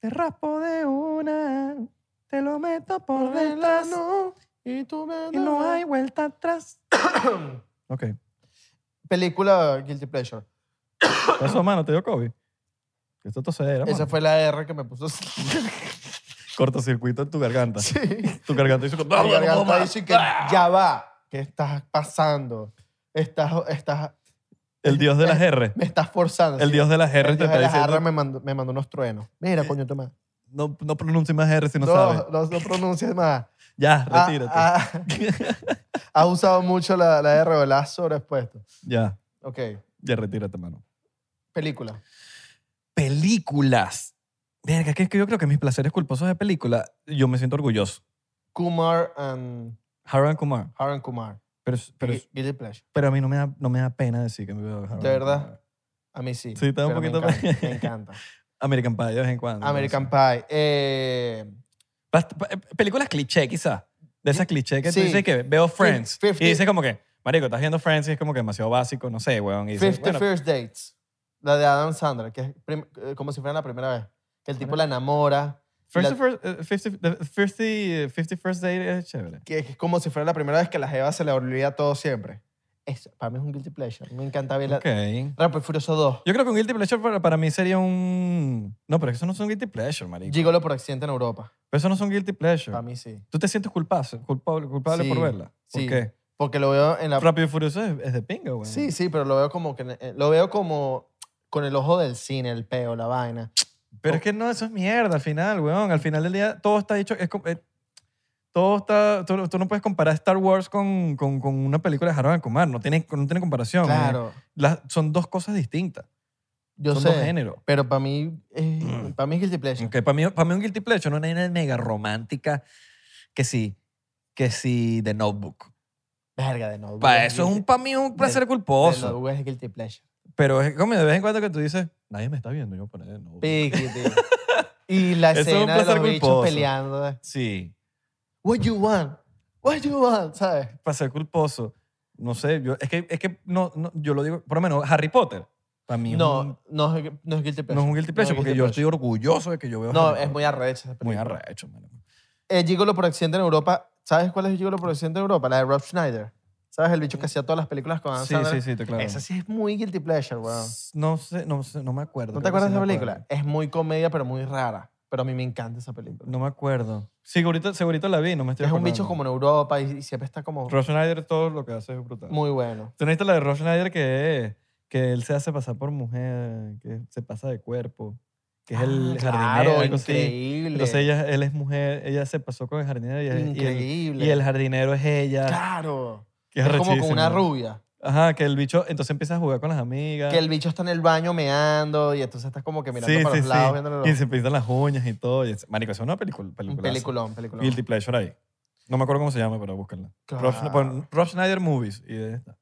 S2: te raspo de una. Te lo meto
S1: Por detrás. Y tú me das-
S2: vuelta atrás. ok.
S1: Película Guilty Pleasure.
S2: Eso, mano, te dio COVID. Esto tosedera, mano.
S1: Esa fue la R que me puso.
S2: Cortocircuito en tu garganta.
S1: sí.
S2: Tu garganta hizo...
S1: La garganta dice que
S2: Ah.
S1: ya va. ¿Qué estás pasando? Estás, estás,
S2: El dios de las R.
S1: me estás forzando.
S2: El
S1: sí.
S2: dios de las R
S1: Este El
S2: te
S1: Dios de
S2: está
S1: las jarras
S2: diciendo...
S1: me mandó, me mandó unos truenos. Mira, coño, toma.
S2: No, no pronuncie más R si no,
S1: no,
S2: sabe.
S1: no, no pronuncies más.
S2: Ya,
S1: Ah,
S2: retírate.
S1: ah, has usado mucho la, la R o la has sobreexpuesto.
S2: Ya,
S1: Ok.
S2: ya retírate, mano.
S1: Película.
S2: Películas. Verga, que es que yo creo que mis placeres culposos de película, yo me siento orgulloso.
S1: Kumar and
S2: Harold Kumar.
S1: Haran Kumar.
S2: Pero, pero,
S1: Gui- Guilty Pleasure.
S2: pero a mí no me, da, no me da pena decir que me veo Harold
S1: ¿De verdad?
S2: Kumar.
S1: A mí sí.
S2: Sí, está un
S1: pero me
S2: poquito-
S1: encanta, Me encanta.
S2: American Pie de vez en cuando.
S1: American Pie. Eh,
S2: Bast- pa- eh, Películas cliché, quizás. De esas cliché que
S1: Sí.
S2: tú dices que veo Friends.
S1: Fifty-
S2: Y dices como que, marico, estás viendo Friends y es como que demasiado básico, no sé, weón. Y dices,
S1: 50
S2: bueno,
S1: First Dates. La de Adam Sandler, que es prim- eh, como si fuera la primera vez. Que el tipo la enamora.
S2: First
S1: La-
S2: first, eh, 50, the 50, eh, 50 First Date es chévere.
S1: que es como si fuera la primera vez que la jeva se le olvida todo siempre. Es, para mí es un guilty pleasure. Me encanta ver Eh, la...
S2: Ok.
S1: Rápido y Furioso 2.
S2: Yo creo que un guilty pleasure para, para mí sería un... No, pero eso no es un guilty pleasure, marico.
S1: Gigolo por accidente en Europa.
S2: Pero eso no es un guilty pleasure.
S1: Para mí sí.
S2: ¿Tú te sientes culpazo- culpable, culpable
S1: Sí,
S2: por verla? ¿Por
S1: sí.
S2: qué?
S1: Porque lo veo en la...
S2: Rápido y Furioso es, es de pinga, weón.
S1: Sí, sí, pero lo veo como que... eh, Lo veo como con el ojo del cine, el peo, la vaina. Oh.
S2: Pero es que no, eso es mierda al final, weón. Al final del día todo está hecho... Es, como- eh, todo está... Tú, tú no puedes comparar Star Wars con, con, con una película de Harold Kumar. No tiene, no tiene comparación.
S1: Claro.
S2: Las- son dos cosas distintas.
S1: Yo
S2: son dos
S1: sé.
S2: géneros.
S1: Pero para mí, es,
S2: Mm.
S1: para mí es guilty pleasure.
S2: para mí, para mí un guilty pleasure no es una mega romántica que sí, que sí, de notebook.
S1: Verga, de nuevo.
S2: Para eso es un, para mí un placer
S1: De
S2: culposo.
S1: nuevo es guilty pleasure.
S2: Pero es como de vez en cuando que tú dices, nadie me está viendo, yo voy a poner de notebook.
S1: Piqui, tío. Y la
S2: Eso es un
S1: escena de los
S2: placer
S1: bichos
S2: culposo.
S1: peleando. eh,
S2: Sí,
S1: What you want? What you want? ¿Sabes?
S2: placer culposo. No sé, yo, es que, es que no, no, yo lo digo, por lo menos Harry Potter, para mí es un-
S1: No, no es, no es guilty pleasure.
S2: no es un guilty
S1: No
S2: pleasure,
S1: es
S2: porque
S1: guilty
S2: yo
S1: pleasure.
S2: estoy orgulloso de que yo veo
S1: No,
S2: Harry
S1: es
S2: Potter.
S1: muy arrecha esa
S2: Muy
S1: película.
S2: arrecho, mano.
S1: Eh, Gigolo por accidente en Europa. ¿Sabes cuál es Gigolo por accidente en Europa? La de Rob Schneider. ¿Sabes? El bicho que hacía todas las películas con Adam
S2: Mm. Sí,
S1: Sandler.
S2: sí, sí, te claro.
S1: Esa sí es muy guilty pleasure, weón.
S2: No sé, no sé, no me acuerdo.
S1: ¿No te
S2: creo que
S1: acuerdas
S2: sí
S1: de esa
S2: me
S1: película?
S2: acuerdo.
S1: Es muy comedia, pero muy rara. Pero a mí me encanta esa película.
S2: No me acuerdo. Segurito, segurito la vi, no me estoy
S1: es un
S2: acordando.
S1: bicho como en Europa y, y siempre está como
S2: Rob Schneider todo lo que hace es brutal.
S1: muy bueno.
S2: ¿Tú no viste la de Rob Schneider que, que él se hace pasar por mujer, que se pasa de cuerpo, que es el
S1: Ah,
S2: jardinero, algo así?
S1: increíble.
S2: Entonces ella, él es mujer, ella se pasó con el jardinero y, es- y el,
S1: increíble.
S2: y el jardinero es ella.
S1: Claro.
S2: que
S1: Es como con una
S2: arrechísimo.
S1: rubia.
S2: Ajá, que el bicho entonces empieza a jugar con las amigas.
S1: Que el bicho está en el baño meando y entonces estás como que mirando
S2: Sí,
S1: para
S2: sí,
S1: los lados,
S2: sí.
S1: viéndole
S2: Y
S1: los...
S2: se pintan las uñas y todo. y es- marico, eso es una película.
S1: Un
S2: peliculaza.
S1: peliculón, peliculón.
S2: Guilty pues, Pleasure ahí. No me acuerdo cómo se llama, pero búscala. Rob, Schne-
S1: Claro.
S2: pon Rob Schneider Movies. Y de esta.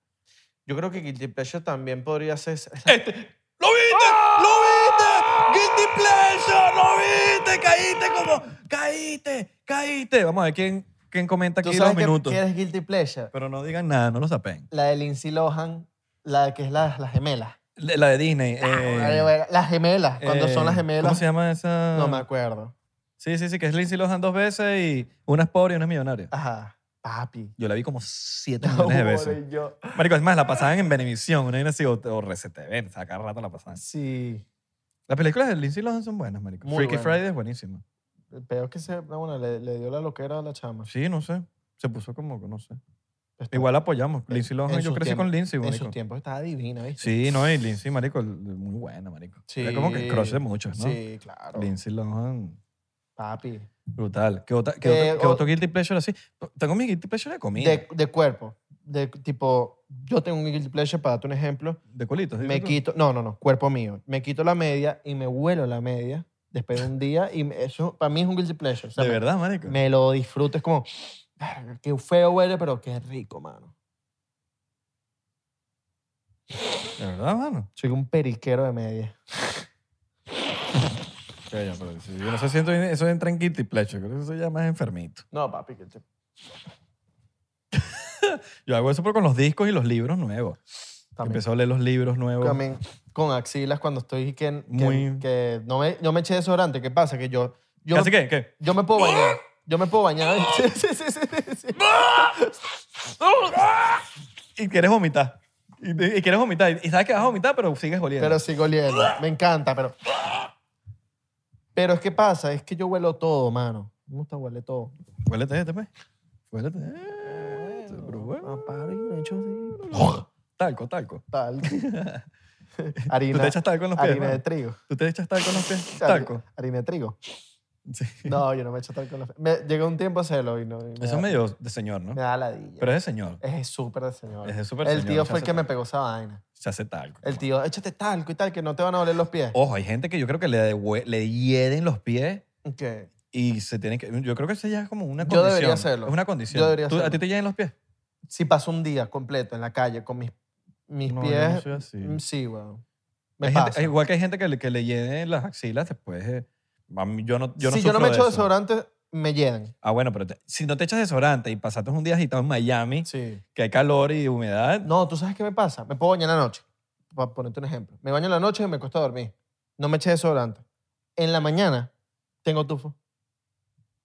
S1: Yo creo que Guilty Pleasure también podría ser...
S2: ¡Lo viste! ¡Lo viste! ¡Guilty Pleasure! ¡Lo viste! ¡Caíste como! ¡Caíste! ¡Caíste! Vamos a ver quién, quién comenta
S1: ¿Tú
S2: aquí
S1: sabes
S2: los
S1: que,
S2: minutos.
S1: que eres Guilty Pleasure?
S2: Pero no digan nada, no lo sapen.
S1: La de Lindsay Lohan, la que es la- las gemelas.
S2: La la de Disney.
S1: Ah,
S2: eh,
S1: las gemelas, cuando son las
S2: eh, ¿Cómo
S1: gemelas.
S2: se llama esa?
S1: No me acuerdo.
S2: Sí, sí, sí, que es Lindsay Lohan dos veces y una es pobre y una es millonaria.
S1: Ajá. Papi.
S2: Yo la vi como siete millones de veces.
S1: Pobre yo.
S2: Marico, es más, la pasaban en Benevisión, una vaina así, o, o RCTV, o sea, cada rato la pasaban.
S1: Sí.
S2: Las películas de Lindsay Lohan son buenas, marico.
S1: Muy
S2: Freaky
S1: buenas.
S2: Friday es buenísima.
S1: El peor es que se... no, bueno, le, le dio la loquera a la chama.
S2: Sí, no sé. Se puso como, que no sé.
S1: Está-
S2: Igual apoyamos. Lindsay
S1: en
S2: Lohan, yo
S1: sus
S2: crecí con
S1: tiempos-
S2: Lindsay,
S1: En
S2: marico.
S1: sus tiempos estaba divina, ¿viste?
S2: Sí, no, y Lindsay, marico, l- muy buena, marico.
S1: Sí.
S2: Era como que el crush de muchos, ¿no?
S1: Sí, claro.
S2: Lindsay Lohan,
S1: Papi.
S2: brutal. ¿Qué, otra- qué
S1: Eh,
S2: otro, qué
S1: o-
S2: otro guilty pleasure así? Tengo mi guilty pleasure de comida.
S1: De,
S2: De,
S1: de cuerpo. De tipo, yo tengo un guilty pleasure, para darte un ejemplo.
S2: colitos. ¿sí?
S1: Me quito, no, no, no, cuerpo mío. Me quito la media y me vuelo la media después de un día y me- eso para mí es un guilty pleasure. O sea,
S2: De
S1: me-
S2: verdad, marico.
S1: Me lo disfruto. Es como, "Verga, qué feo huele, pero qué rico, mano.
S2: De verdad, mano.
S1: Soy un periquero de media.
S2: Ya, ya, pero si yo no sé si eso- eso entra en guilty pleasure. Creo que eso ya más enfermito.
S1: No, papi, que te-
S2: Yo hago eso por- con los discos y los libros nuevos.
S1: también.
S2: Empezó a leer los libros nuevos.
S1: También con axilas cuando estoy que, que,
S2: Muy-
S1: que no, me, no me eché desodorante. ¿Qué pasa? Que yo, yo,
S2: ¿Casi
S1: me,
S2: que? ¿Qué?
S1: yo me puedo bañar. Yo me puedo bañar. Sí, sí, sí, sí, sí, sí.
S2: Y quieres vomitar. Y, y quieres vomitar. Y sabes que vas a vomitar, pero sigues oliendo.
S1: Pero sigo oliendo. Me encanta, pero. Pero es que pasa, es que yo huelo todo, mano. Me gusta huele todo.
S2: Huélete este, pues. Huélete. este, Pero bueno.
S1: Papá, me echo así.
S2: Talco, talco.
S1: Tal.
S2: Tú
S1: harina.
S2: te echas talco en los pies.
S1: harina de
S2: mano?
S1: trigo.
S2: Tú te echas talco en los pies.
S1: Har-
S2: Talco.
S1: Harina de trigo.
S2: Sí.
S1: No, yo no me echo tal con la fe. Me, llega un tiempo a hacerlo y no. y me
S2: Eso
S1: da-
S2: es medio de señor, ¿no?
S1: Me da ladilla.
S2: Pero es de señor.
S1: es súper de señor.
S2: Es de súper
S1: El
S2: señor,
S1: tío
S2: se
S1: fue el
S2: hace
S1: que me
S2: talco.
S1: pegó esa vaina.
S2: Se hace talco.
S1: El tío, échate talco y tal, que no te van a doler los pies.
S2: Ojo, hay gente que yo creo que le, dehue- le hieden los pies
S1: ¿Qué?
S2: y se tienen que... Yo creo que eso ya es como una
S1: Yo
S2: condición.
S1: debería hacerlo.
S2: Es una condición.
S1: Yo debería
S2: ¿Tú- ¿A
S1: hacerlo.
S2: ti te hieden los pies?
S1: Si paso un día completo en la calle con mis, mis
S2: No, yo no
S1: pies.
S2: soy así.
S1: mm, sí, weón. Me
S2: Hay gente-
S1: pasa.
S2: igual que hay gente que le, que le hieden las axilas después. eh, a mí- yo no, yo no
S1: si yo no
S2: sufro
S1: me
S2: de
S1: echo
S2: eso.
S1: desodorante, me llenan.
S2: Ah, bueno, pero te- si no te echas desodorante y pasaste un día agitado en Miami,
S1: Sí.
S2: que hay calor y humedad,
S1: No, ¿tú sabes qué me pasa? Me puedo bañar en la noche. Para ponerte un ejemplo. Me baño en la noche y me cuesta dormir. No me eché desodorante. En la mañana tengo tufo.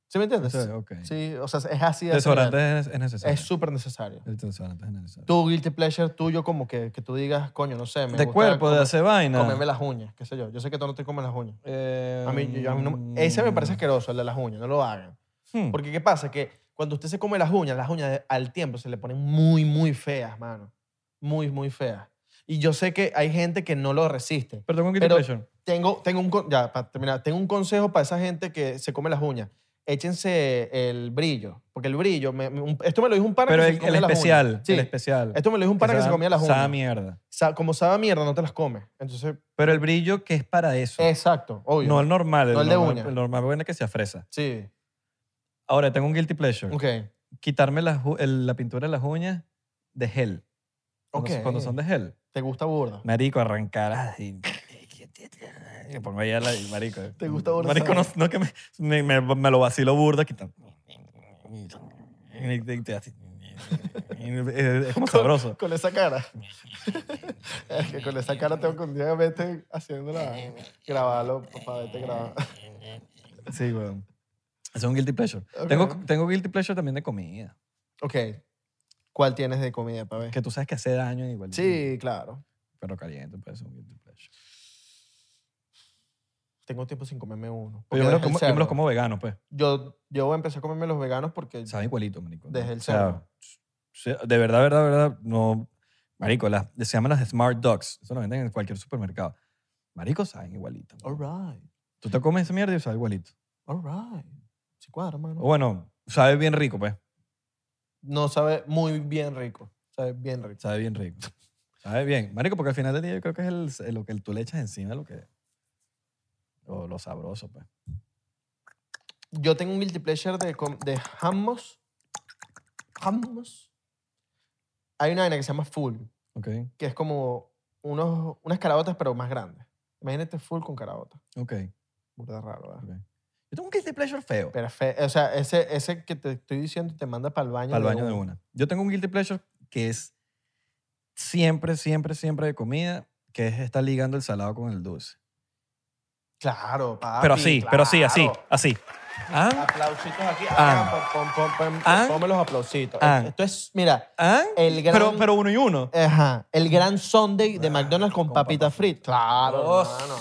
S1: ¿Sí me entiendes?
S2: entonces, ok.
S1: Sí, o sea, es así. de señal.
S2: Desodorante es, es necesario.
S1: Es súper necesario.
S2: El desodorante es necesario.
S1: Tu guilty pleasure tuyo como que, que tú digas, coño, no sé, me
S2: de
S1: gusta
S2: cuerpo, de
S1: comer-
S2: hacer vaina.
S1: comerme las uñas, qué sé yo. Yo sé que tú no te comes las uñas.
S2: Eh,
S1: A mí, yo- a mí no- ese me parece asqueroso, el de las uñas, no lo hagan.
S2: Hmm.
S1: Porque ¿qué pasa? Que cuando usted se come las uñas, las uñas de- al tiempo se le ponen muy, muy feas, mano. Muy, muy feas. Y yo sé que hay gente que no lo resiste.
S2: Perdón, con
S1: pero-
S2: Pleasure.
S1: Tengo, tengo, un, con- ya, para terminar, tengo un consejo para esa gente que se come las uñas. Échense el brillo. Porque el brillo, me- me- un- esto me lo dijo un pana
S2: Pero
S1: que se
S2: el, el
S1: comía las uñas.
S2: especial,
S1: Sí,
S2: el especial.
S1: Esto me lo dijo un pana que se
S2: Esa-
S1: comía las
S2: esa
S1: uñas.
S2: mierda.
S1: Sa- como sabe a mierda, no te las comes. Entonces,
S2: Pero el brillo que es para eso.
S1: exacto, obvio.
S2: no el normal.
S1: No el de
S2: normal-
S1: uña.
S2: El normal bueno es que se afresa.
S1: Sí,
S2: Ahora, tengo un guilty pleasure.
S1: ok.
S2: Quitarme las ju- el- la pintura de las uñas de gel. Cuando,
S1: Ok.
S2: cuando son de gel.
S1: ¿Te gusta burda?
S2: Marico, arrancar así. Me pongo ahí a la marico.
S1: ¿Te gusta burda
S2: Marico, no,
S1: esa
S2: no que me, me, me- me lo vacilo burda, quita. Y te hace- Es es como sabroso.
S1: Con esa cara. es que con esa cara tengo que un día verte haciendo la... Grabarlo, papá, vete grabando.
S2: Sí, weón. Es un guilty pleasure.
S1: Ok.
S2: Tengo, tengo guilty pleasure también de comida.
S1: ok. ¿Cuál tienes de comida para ver?
S2: Que tú sabes que hace daño igual.
S1: Sí, claro.
S2: Pero caliente puede ser un guilty pleasure.
S1: Tengo tiempo sin comerme uno.
S2: Pero
S1: porque
S2: yo me, los
S1: dejé el
S2: como, yo me los
S1: cerdo.
S2: como veganos, pues.
S1: Yo, yo empecé a comerme los veganos porque...
S2: Saben igualito, marico.
S1: Desde el
S2: O sea,
S1: cerdo.
S2: se- de verdad, verdad, verdad, no. Marico, las, se llaman las Smart Dogs. Eso lo venden en cualquier supermercado. Marico, saben igualito.
S1: All right,
S2: Tú te comes esa mierda y sabe igualito.
S1: all right. Sí, cuadra, mano.
S2: O bueno, sabe bien rico, pues.
S1: No sabe muy bien rico. Sabe bien rico.
S2: Sabe bien rico. Sabe bien. Marico, porque al final del día yo creo que es el, el- lo que tú le echas encima lo que. Lo, lo sabroso, pues.
S1: Yo tengo un guilty pleasure de, com- de hummus. Hummus. Hay una vaina que se llama full,
S2: Ok,
S1: que es como unos, unas carabotas, pero más grandes. Imagínate full con carabotas.
S2: ok.
S1: Burda raro, ¿verdad?
S2: Ok. Yo tengo un guilty pleasure feo.
S1: Pero fe- o sea, ese, ese que te estoy diciendo te manda para el baño.
S2: Para el baño de una. Yo tengo un guilty pleasure que es siempre, siempre, siempre de comida, que es estar ligando el salado con el dulce.
S1: Claro, papi,
S2: Pero así, pero así, así,
S1: Ah, claro.
S2: así. ¿Ah?
S1: Aplausitos aquí.
S2: Ah.
S1: acá, pon- pon- pon-
S2: Ah.
S1: Ponme los aplausitos.
S2: Ah.
S1: Esto es, mira,
S2: ¿Ah?
S1: el gran...
S2: Pero, pero uno y uno.
S1: Ajá, el gran Sunday de McDonald's con,
S2: con
S1: papitas
S2: papas
S1: fritas. Claro,
S2: Dios.
S1: hermano.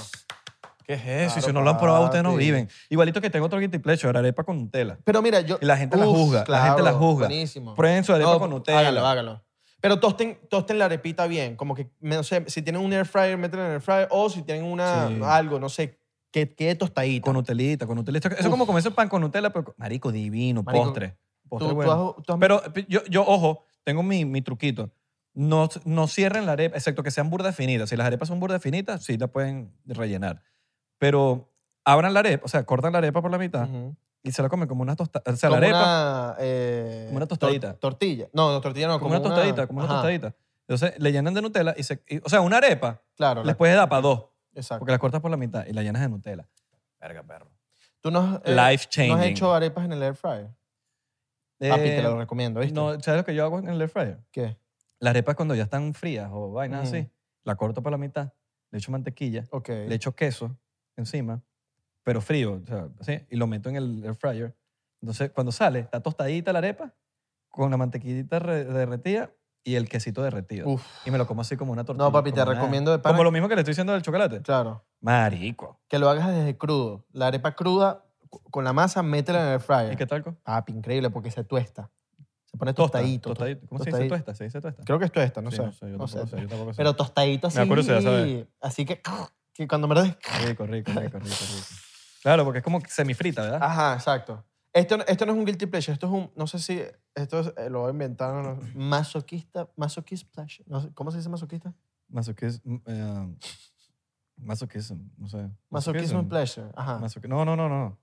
S2: ¿Qué es eso? Y
S1: Claro,
S2: si no lo han probado, ustedes no
S1: papi.
S2: viven. Igualito que tengo otro guilty pleasure, arepa con Nutella.
S1: Pero mira, yo.
S2: Y la gente la juzga, la gente la juzga.
S1: Buenísimo.
S2: Prueben su arepa
S1: No,
S2: con Nutella.
S1: Hágalo, hágalo. Pero tosten, tosten la arepita bien. Como que, no sé, si tienen un air fryer, métela en el air fryer. O si tienen una,
S2: Sí.
S1: algo, no sé, que quede tostadita.
S2: Con Nutelita, con Nutella. Eso es
S1: Uf.
S2: como comer ese pan con Nutella, pero con- marico divino,
S1: Marico,
S2: postre.
S1: Tú-
S2: Postre
S1: tú
S2: bueno.
S1: has- tú has-
S2: Pero pi- yo, yo, ojo, tengo mi, mi truquito. No, no cierren la arepa, excepto que sean burdas finitas. Si las arepas son burdas finitas, sí la pueden rellenar. Pero abran la arepa, o sea, cortan la arepa por la mitad
S1: Ujú.
S2: y se la comen como una tostada. O sea,
S1: Como
S2: la arepa,
S1: una, eh,
S2: como una
S1: tor-
S2: tostadita.
S1: tortilla. No, no, tortilla no.
S2: como, una tostadita, como una
S1: ajá,
S2: tostadita. Entonces le llenan de Nutella y se. y- o sea, una arepa
S1: Claro, la-
S2: les puedes dar para dos,
S1: exacto.
S2: porque la cortas por la mitad y la llenas de Nutella. Verga, perro.
S1: Tú no has, eh,
S2: Life changing. Eh,
S1: no has hecho arepas en el air fryer. Papi, te lo recomiendo, ¿viste?
S2: no, ¿Sabes lo que yo hago en el air fryer?
S1: ¿Qué?
S2: Las arepas cuando ya están frías o vainas así,
S1: Ujú.
S2: la corto por la mitad, le echo mantequilla,
S1: Ok.
S2: le echo queso encima, pero frío, o sea, así, y lo meto en el air fryer. Entonces, cuando sale, está tostadita la arepa con la mantequillita re- derretida y el quesito derretido.
S1: Uf.
S2: Y me lo como así como una tortilla.
S1: No, papi, te
S2: como una-
S1: recomiendo de
S2: Como
S1: pana.
S2: lo mismo que le estoy diciendo del chocolate.
S1: Claro.
S2: Marico.
S1: Que lo hagas desde crudo. La arepa cruda, cu- con la masa, métela en el fryer.
S2: ¿Y qué tal? co?
S1: Papi, increíble, porque se tuesta. Se pone
S2: Tosta,
S1: tostadito. to-
S2: tostadito. ¿Cómo se dice
S1: tostadito.
S2: tuesta? ¿Se dice tuesta?
S1: Creo que es tuesta, no
S2: Sí,
S1: sé.
S2: No sé, yo
S1: no
S2: tampoco
S1: sé.
S2: sé, yo tampoco sé.
S1: Pero tostadito así.
S2: da curiosidad saber.
S1: Así que, que cuando me lo des,
S2: Rico, rico, rico, rico, rico. Claro, porque es como semifrita, ¿verdad?
S1: Ajá, exacto. Esto, no- esto no es un guilty pleasure, esto es un, no sé si, esto es- eh, lo voy a inventar, no, no, masoquista, masoquist pleasure, no sé, ¿cómo se dice masoquista?
S2: Masoquism. eh, masoquism, no sé.
S1: Masoquismo pleasure, ajá.
S2: Masoqui- No, no, no, no.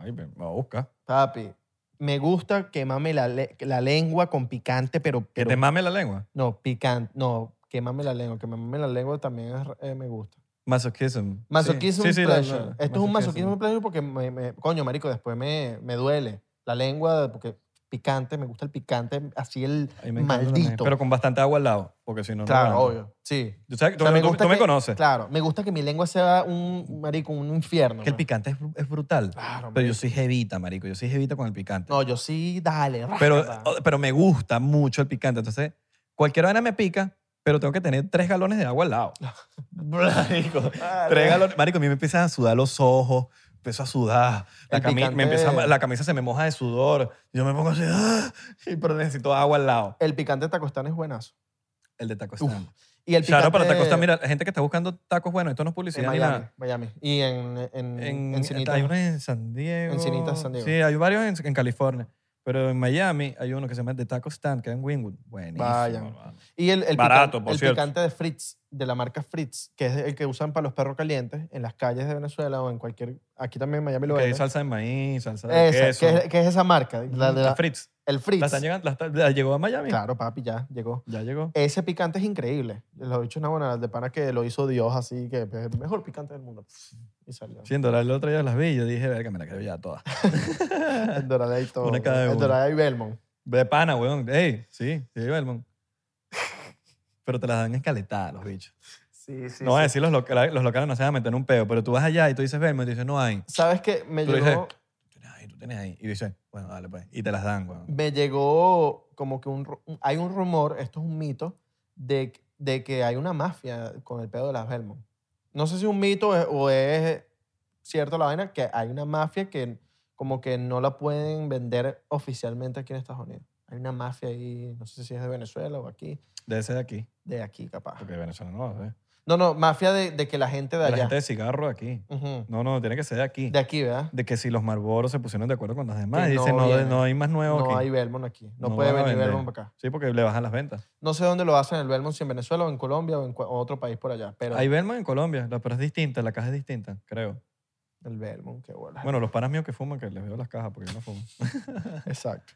S2: Ay, me me va a buscar.
S1: Papi, me gusta quemarme la, le- la lengua con picante, pero...
S2: Que
S1: pero
S2: te mame la lengua.
S1: No, picante, no, quemarme la lengua, quemarme la lengua también es- eh, me gusta.
S2: Masoquism. Sí,
S1: Masoquismo
S2: sí, sí, la- la-
S1: pleasure. Esto es un masoquismo
S2: masoquism.
S1: pleasure porque, me, me- coño, marico, después me, me duele la lengua porque picante, me gusta el picante, así el...
S2: Ay, me encanta
S1: Maldito.
S2: también. Pero con bastante agua al lado, porque si no, no.
S1: claro,
S2: aguanta.
S1: obvio, sí.
S2: Tú sabes,
S1: O
S2: tú,
S1: sea,
S2: tú- tú me
S1: que-
S2: conoces.
S1: Claro, me gusta que mi lengua sea un marico, un infierno.
S2: Que el
S1: man.
S2: picante es, br- es brutal.
S1: Claro,
S2: Pero yo
S1: marico.
S2: soy jevita, marico. Yo soy jevita con el picante.
S1: No, yo sí, dale.
S2: pero,
S1: rácata.
S2: o- pero me gusta mucho el picante. Entonces, cualquier vaina me pica, pero tengo que tener tres galones de agua al lado. marico,
S1: Vale.
S2: tres galones. Marico, a mí me empiezan a sudar los ojos, empiezo a sudar. La,
S1: El
S2: cami-
S1: picante-
S2: me empieza a- la camisa se me moja de sudor. Yo me pongo así, ¡ah! Y- pero necesito agua al lado.
S1: El picante de tacostán es buenazo.
S2: El de Taco
S1: Uf.
S2: Stand.
S1: Y el picante
S2: Claro, para Taco Stand, mira, la gente que está buscando tacos, bueno, esto no es
S1: en
S2: publicidad ni
S1: Miami,
S2: nada.
S1: Miami. Y en, en,
S2: En,
S1: Encinitas.
S2: hay uno en San Diego.
S1: Encinitas, San Diego.
S2: Sí, hay varios en, en California. Pero en Miami hay uno que se llama The Taco Stand, que es en Wynwood. Buenísimo.
S1: Vayan.
S2: hermano.
S1: Y el, el,
S2: Barato,
S1: pican-
S2: por
S1: el
S2: cierto.
S1: picante de Fritz, de la marca Fritz, que es el que usan para los perros calientes en las calles de Venezuela o en cualquier. Aquí también en Miami lo
S2: Que hay
S1: venden.
S2: salsa de maíz, salsa de
S1: Esa,
S2: queso.
S1: que, es, que es esa marca, la de
S2: La
S1: la-
S2: Fritz.
S1: el Fritz.
S2: ¿La están llegando? ¿La, está- la llegó a Miami?
S1: Claro, papi, ya llegó.
S2: Ya llegó.
S1: Ese picante es increíble. Lo he dicho una buena de pana que lo hizo Dios, así que es el mejor picante del mundo. Y salió.
S2: Siendo la el otro día las vi, yo dije, verga, me la creo ya todas.
S1: El Dorada y todo.
S2: Una cada
S1: El
S2: uno.
S1: Dorada y Belmont.
S2: de pana, weón. Ey, sí, sí, Belmont. Pero te las dan escaletadas los bichos.
S1: Sí, sí.
S2: no van a decir los, locales, los locales no se van a meter en un peo, pero tú vas allá y tú dices Belmont y dices, no hay.
S1: ¿Sabes qué? Me
S2: Tú dices,
S1: llegó,
S2: Tú tienes ahí, tú tienes ahí. Y dices, bueno, dale pues. Y te las dan, weón.
S1: me llegó como que un, ru- un- hay un rumor, esto es un mito, de, de que hay una mafia con el pedo de las Belmont. No sé si es un mito o- o es cierto la vaina, que hay una mafia que como que no la pueden vender oficialmente aquí en Estados Unidos. Hay una mafia ahí, no sé si es de Venezuela o aquí,
S2: Debe ser de aquí,
S1: de aquí capaz.
S2: porque Venezuela no va a ser.
S1: No, no, mafia de, de que la gente de
S2: De
S1: allá.
S2: La gente de cigarro de aquí.
S1: Ujú.
S2: No, no, tiene que ser de aquí.
S1: De aquí, ¿verdad?
S2: de que si los Marlboros se pusieron de acuerdo con las demás.
S1: Que
S2: y
S1: no
S2: dicen, no,
S1: vienen.
S2: no hay más nuevo
S1: No
S2: aquí.
S1: hay Belmont aquí. No,
S2: No
S1: puede
S2: van a
S1: venir
S2: vender.
S1: Belmont para acá.
S2: Sí, porque le bajan las ventas.
S1: No sé dónde lo hacen el Belmont, si en Venezuela o en Colombia o en cua- o otro país por allá. Pero
S2: Hay Belmont en Colombia, la- pero es distinta, la caja es distinta, creo.
S1: el Belmont, qué bola.
S2: Bueno, los panas míos que fuman, que les veo las cajas porque yo no fumo.
S1: Exacto.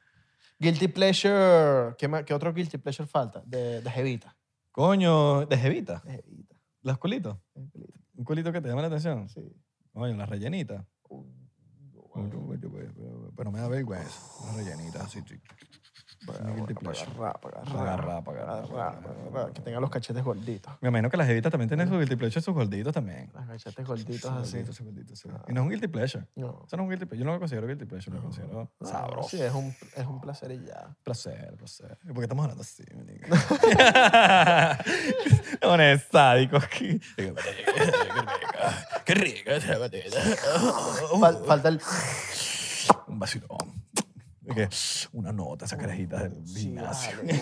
S1: Guilty Pleasure. ¿Qué, ma- qué otro Guilty Pleasure falta? De, de Jevita.
S2: Coño, de jevita,
S1: De Jevita.
S2: las culitos.
S1: de Jevita,
S2: Un culito que te llama la atención.
S1: Sí.
S2: Coño, las rellenitas.
S1: Uh, bueno,
S2: Pero me da vergüenza. Las rellenitas, así, sí.
S1: bueno,
S2: guilty
S1: bueno,
S2: pleasure.
S1: agarra, agarra,
S2: Agarra,
S1: agarra,
S2: agarra, agarra.
S1: agarra, Que tenga los cachetes gorditos.
S2: Me imagino que las jevitas también tienen su guilty pleasure, sus gorditos también.
S1: Los cachetes gorditos
S2: Sus
S1: así.
S2: gorditos, sus gorditos, sí.
S1: Ah.
S2: Y no es un guilty pleasure.
S1: No.
S2: Eso no es un guilty pleasure. Yo no lo considero guilty pleasure, lo considero
S1: No,
S2: sabroso.
S1: Sí, es un, es un placer y ya.
S2: Placer, placer. ¿Por qué estamos hablando así, mi nigga? Un estádico aquí.
S4: Qué rica esa batida.
S2: Uh.
S1: Fal- falta el...
S2: Un vacilón. Y que, Una nota, esa carajita del
S1: Sí,
S2: gimnasio.
S1: vale.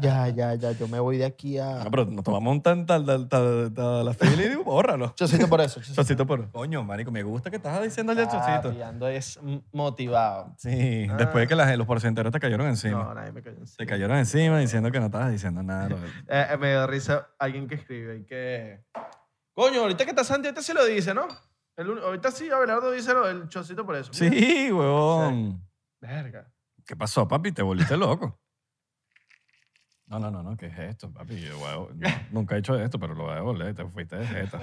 S1: ya, ya, ya. Yo me voy de aquí a...
S2: No, pero nos tomamos un tan tal, tal, tal, tal, la fila y digo, bórralo.
S1: Chocito por eso. Chocito.
S2: Chocito por... Coño, marico, me gusta que estás diciéndole al
S1: Papi,
S2: chocito.
S1: ando Ah, es m- motivado.
S2: Sí, después de que las- los porcenteros te cayeron encima.
S1: nadie me cayó encima.
S2: Te cayeron encima diciendo que no estabas diciendo nada. lo-
S1: Eh, eh, me dio risa alguien que escribe ahí que... Coño, ahorita que está Santi, ahorita sí lo dice, ¿no? El un- ahorita sí, Abelardo dice lo- el chocito por eso. Mira.
S2: Sí, huevón.
S1: Verga.
S2: ¿Qué pasó, papi? Te volviste loco. No, no, no, no, ¿qué es esto, papi? Yo voy a vol- no, nunca he hecho esto, pero lo voy a volver. Te fuiste de jeta.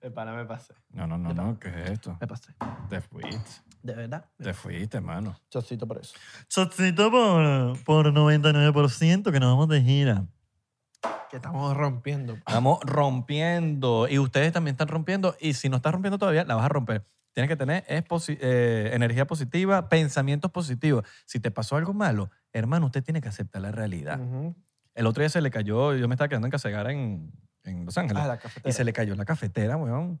S1: De pana me pasé.
S2: No, no, no, no, ¿qué es esto?
S1: Me pasé.
S2: Te fuiste.
S1: De verdad.
S2: Te fuiste, mano.
S1: Chocito por eso.
S2: Chocito por, por 99% que nos vamos de gira.
S1: Que estamos rompiendo.
S2: Estamos rompiendo. Y ustedes también están rompiendo. Y si no estás rompiendo todavía, la vas a romper. Tienes que tener es posi- eh, energía positiva, pensamientos positivos. Si te pasó algo malo, hermano, usted tiene que aceptar la realidad.
S1: Ujú.
S2: El otro día se le cayó, yo me estaba quedando en Casegara en, en Los Ángeles.
S1: Ah, la
S2: y
S1: cafetera.
S2: se le cayó la cafetera, weón.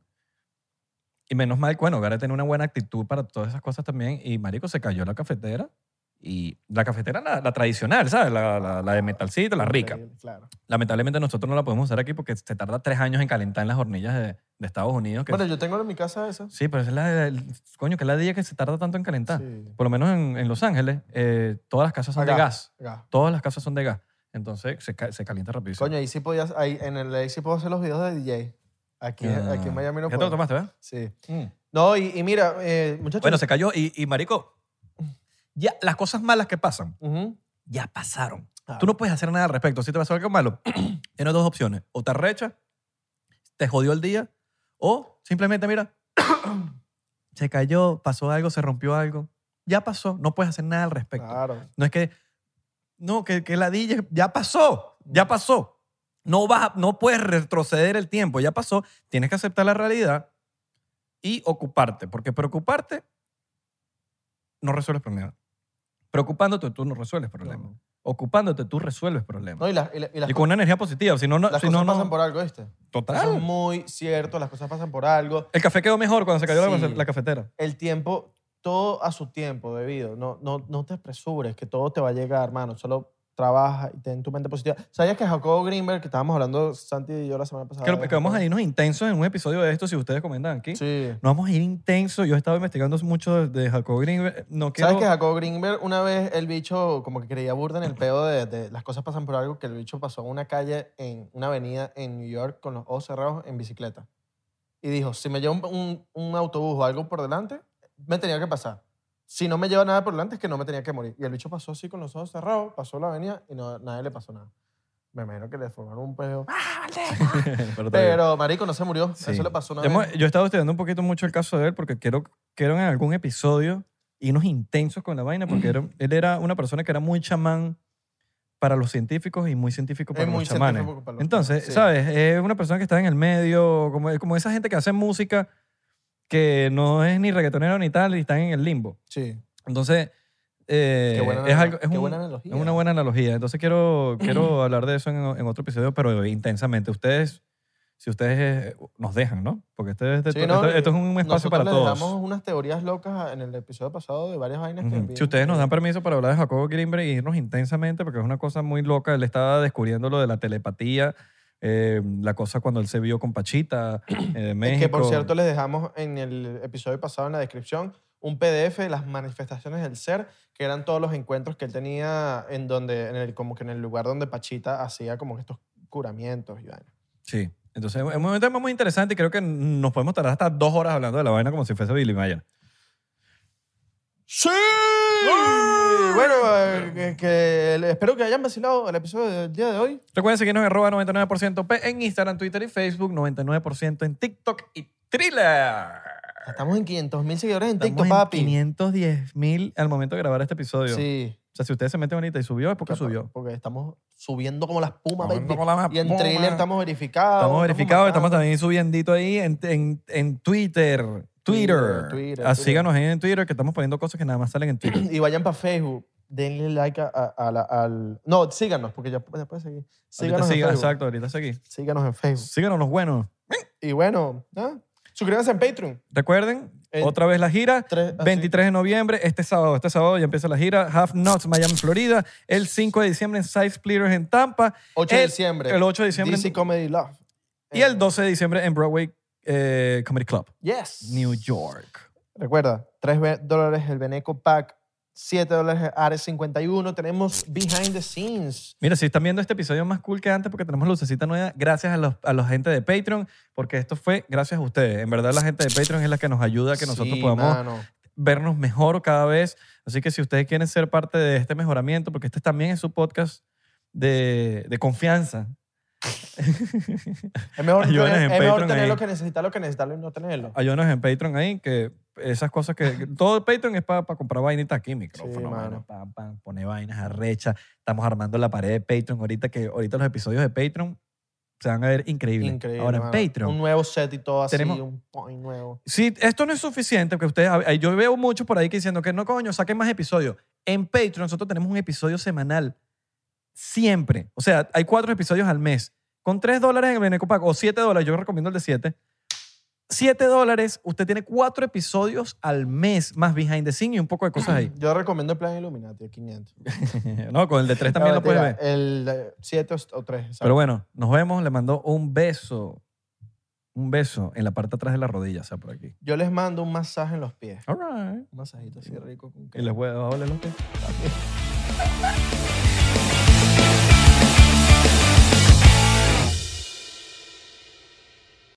S2: Y menos mal, bueno, Gara tiene una buena actitud para todas esas cosas también. Y marico, se cayó la cafetera. Y la cafetera, la, la tradicional, ¿sabes? La, la- la de metalcito, la rica.
S1: Increíble, Claro.
S2: Lamentablemente nosotros no la podemos usar aquí porque se tarda tres años en calentar en las hornillas de, de Estados Unidos. que-
S1: Bueno, yo tengo en mi casa esa.
S2: sí, pero esa es la... del- coño, que es la día que se tarda tanto en calentar.
S1: Sí.
S2: Por lo menos en, en Los Ángeles, eh, todas las casas son de
S1: Acá.
S2: gas.
S1: Acá.
S2: Todas las casas son de gas. Entonces se, ca- se calienta rapidísimo.
S1: Coño, ahí sí podías, ahí, en el, ahí sí puedo hacer los videos de DJ. Aquí,
S2: Ah.
S1: aquí en Miami no
S2: Ya te
S1: puedo.
S2: lo tomaste, ¿verdad? Mm.
S1: Sí. No, y, y mira, eh, muchachos.
S2: Bueno, se cayó y, y, marico, ya las cosas malas que pasan
S1: Ujú.
S2: ya pasaron.
S1: Ah,
S2: Tú no puedes hacer nada al respecto. Si te pasó algo malo, tienes dos opciones. O te arrechas, te jodió el día, o simplemente, mira, se cayó, pasó algo, se rompió algo. Ya pasó, no puedes hacer nada al respecto.
S1: Claro.
S2: No es que, no, que, que la DJ ya pasó, ya pasó. No, vas, a- no puedes retroceder el tiempo, ya pasó. Tienes que aceptar la realidad y ocuparte, porque preocuparte no resuelves problemas. Preocupándote tú no resuelves problemas.
S1: No.
S2: Ocupándote tú resuelves problemas.
S1: No, y, las- y la- y las
S2: y
S1: co-
S2: con una energía positiva, si no, no.
S1: las
S2: si
S1: cosas
S2: no, no-
S1: pasan por algo, ¿viste? Eso es
S2: Total.
S1: muy cierto, las cosas pasan por algo.
S2: El café quedó mejor cuando se cayó la-
S1: Sí.
S2: la cafetera.
S1: El tiempo, todo a su tiempo debido. No, no, no te apresures, que todo te va a llegar, hermano. Solo trabaja y ten tu mente positiva. ¿Sabías que Jacobo Greenberg, que estábamos hablando Santi y yo la semana pasada?
S2: Que, lo-
S1: de
S2: que vamos
S1: Jacobo-
S2: a irnos intensos en un episodio de esto, si ustedes comentan aquí.
S1: Sí.
S2: Nos vamos a ir intenso. Yo he estado investigando mucho de, de Jacob Greenberg. No quiero...
S1: ¿Sabes que Jacob Greenberg una vez el bicho como que creía burda en el pedo de, de las cosas pasan por algo que el bicho pasó en una calle, en una avenida en New York con los ojos cerrados en bicicleta? Y dijo, si me lleva un, un- un autobús o algo por delante, me tenía que pasar. Si no me lleva nada por delante es que no me tenía que morir. Y el bicho pasó así con los ojos cerrados, pasó la avenida y no, nadie le pasó nada. Me imagino que le formaron un pedo.
S2: Pero está bien.
S1: Pero, marico, no se murió.
S2: Ah, Sí.
S1: Eso le pasó una
S2: Hemos-
S1: vez.
S2: Yo he estado estudiando un poquito mucho el caso de él porque quiero, quiero en algún episodio irnos intensos con la vaina porque era- él era una persona que era muy chamán para los científicos y muy científico para
S1: Es muy
S2: los chamanes.
S1: científico para los-
S2: Entonces,
S1: sí.
S2: ¿sabes? Es una persona que está en el medio, como, como esa gente que hace música que no es ni reggaetonero ni tal y están en el limbo.
S1: Sí.
S2: Entonces, eh,
S1: Qué buena
S2: es,
S1: analo-
S2: algo, es,
S1: qué
S2: un-
S1: buena analogía.
S2: es una buena analogía. Entonces quiero, quiero hablar de eso en, en otro episodio, pero intensamente. Ustedes, si ustedes eh, nos dejan, ¿no? Porque este es de
S1: Sí,
S2: to-
S1: no,
S2: esto, esto es
S1: y
S2: un espacio
S1: nosotros
S2: para
S1: le dejamos
S2: todos.
S1: unas teorías locas a- en el episodio pasado de varias vainas que
S2: Ujú.
S1: vi.
S2: Si ustedes nos dan permiso para hablar de Jacobo Greenberg y irnos intensamente, porque es una cosa muy loca. Él estaba descubriendo lo de la telepatía, eh, la cosa cuando él se vio con Pachita eh, de México.
S1: Que por cierto les dejamos en el episodio pasado en la descripción un PDF de las manifestaciones del ser, que eran todos los encuentros que él tenía en donde, en el, como que en el lugar donde Pachita hacía como que estos curamientos y vainas.
S2: Sí. Entonces, es un tema muy interesante y creo que nos podemos tardar hasta dos horas hablando de la vaina como si fuese Billy Mayer.
S1: ¡Sí! Bueno, eh, que, que- espero que hayan vacilado el episodio del día de hoy.
S2: Recuerden seguirnos en arroba 99% P en Instagram, Twitter y Facebook, 99% en TikTok y Thriller.
S1: Estamos en 500 mil seguidores en
S2: Estamos
S1: TikTok,
S2: en
S1: papi.
S2: 510 mil al momento de grabar este episodio.
S1: Sí.
S2: O sea, si ustedes se meten ahorita y subió, es porque subió.
S1: Porque estamos subiendo como la espuma,
S2: Subiendo
S1: baby.
S2: como la
S1: Y en
S2: espuma.
S1: trailer estamos verificados.
S2: Estamos verificados, estamos
S1: matando.
S2: también subiendo ahí en, en, en Twitter. Twitter.
S1: Twitter, Twitter,
S2: Ah,
S1: Twitter.
S2: Síganos ahí en Twitter que estamos poniendo cosas que nada más salen en Twitter.
S1: Y vayan para Facebook. Denle like a, a- a la- al. No, síganos, porque ya, ya puedes seguir.
S2: Ahorita
S1: Síganos en
S2: siga-
S1: Facebook.
S2: exacto, ahorita seguí.
S1: Síganos en Facebook.
S2: Síganos los buenos.
S1: Y bueno, ¿no? suscríbanse en Patreon.
S2: Recuerden,
S1: Eh,
S2: otra vez la gira.
S1: Tres- así.
S2: 23 de noviembre, este sábado, este sábado ya empieza la gira Half Nuts, Miami, Florida. El 5 de diciembre en Side Splitters en Tampa.
S1: 8 de
S2: El-
S1: diciembre.
S2: el 8 de diciembre.
S1: DC Comedy Love. Eh,
S2: Y el 12 de diciembre en Broadway eh, Comedy Club,
S1: Yes.
S2: New York.
S1: Recuerda, 3 ve- dólares el Beneco Pack, 7 dólares el Ares 51. Tenemos Behind the Scenes.
S2: Mira, si están viendo este episodio más cool que antes porque tenemos lucecita nueva, gracias a, los, a la gente de Patreon, porque esto fue gracias a ustedes. En verdad, la gente de Patreon es la que nos ayuda a que nosotros
S1: Sí,
S2: podamos
S1: mano.
S2: vernos mejor cada vez. Así que si ustedes quieren ser parte de este mejoramiento, porque este también es su podcast de, de confianza.
S1: Es mejor,
S2: Ayúdanos
S1: tener-
S2: en
S1: es mejor
S2: Patreon
S1: tener
S2: ahí.
S1: lo que necesitar, lo que necesitarlo y no tenerlo.
S2: Ayúdanos en Patreon ahí, que esas cosas que... que Todo el Patreon es para comprar vainitas aquí, micrófono,
S1: mano.
S2: vaina, pam, pam, poner vainas arrechas. Estamos armando la pared de Patreon ahorita, que ahorita los episodios de Patreon se van a ver increíbles.
S1: Increíble.
S2: Ahora
S1: mano.
S2: en Patreon.
S1: Un nuevo set y todo así,
S2: Tenemos-
S1: un point nuevo.
S2: Si esto no es suficiente, que ustedes, a- yo veo muchos por ahí que diciendo que no, coño, saquen más episodios. En Patreon nosotros tenemos un episodio semanal. Siempre. O sea, hay cuatro episodios al mes. Con tres dólares en el Beneco Pack o siete dólares, yo recomiendo el de siete. 7 dólares, usted tiene cuatro episodios al mes, más behind the scene y un poco de cosas ahí.
S1: Yo recomiendo el plan Illuminati, el 500.
S2: no, con el de 3 también
S1: No,
S2: lo puedes ver.
S1: mentira, El 7 o 3.
S2: Pero bueno, nos vemos. Le mandó un beso. Un beso en la parte de atrás de la rodilla, o sea, por aquí.
S1: Yo les mando un masaje en los pies.
S2: All right.
S1: Un masajito así rico. Con
S2: Y les voy a oler los pies.
S1: crema.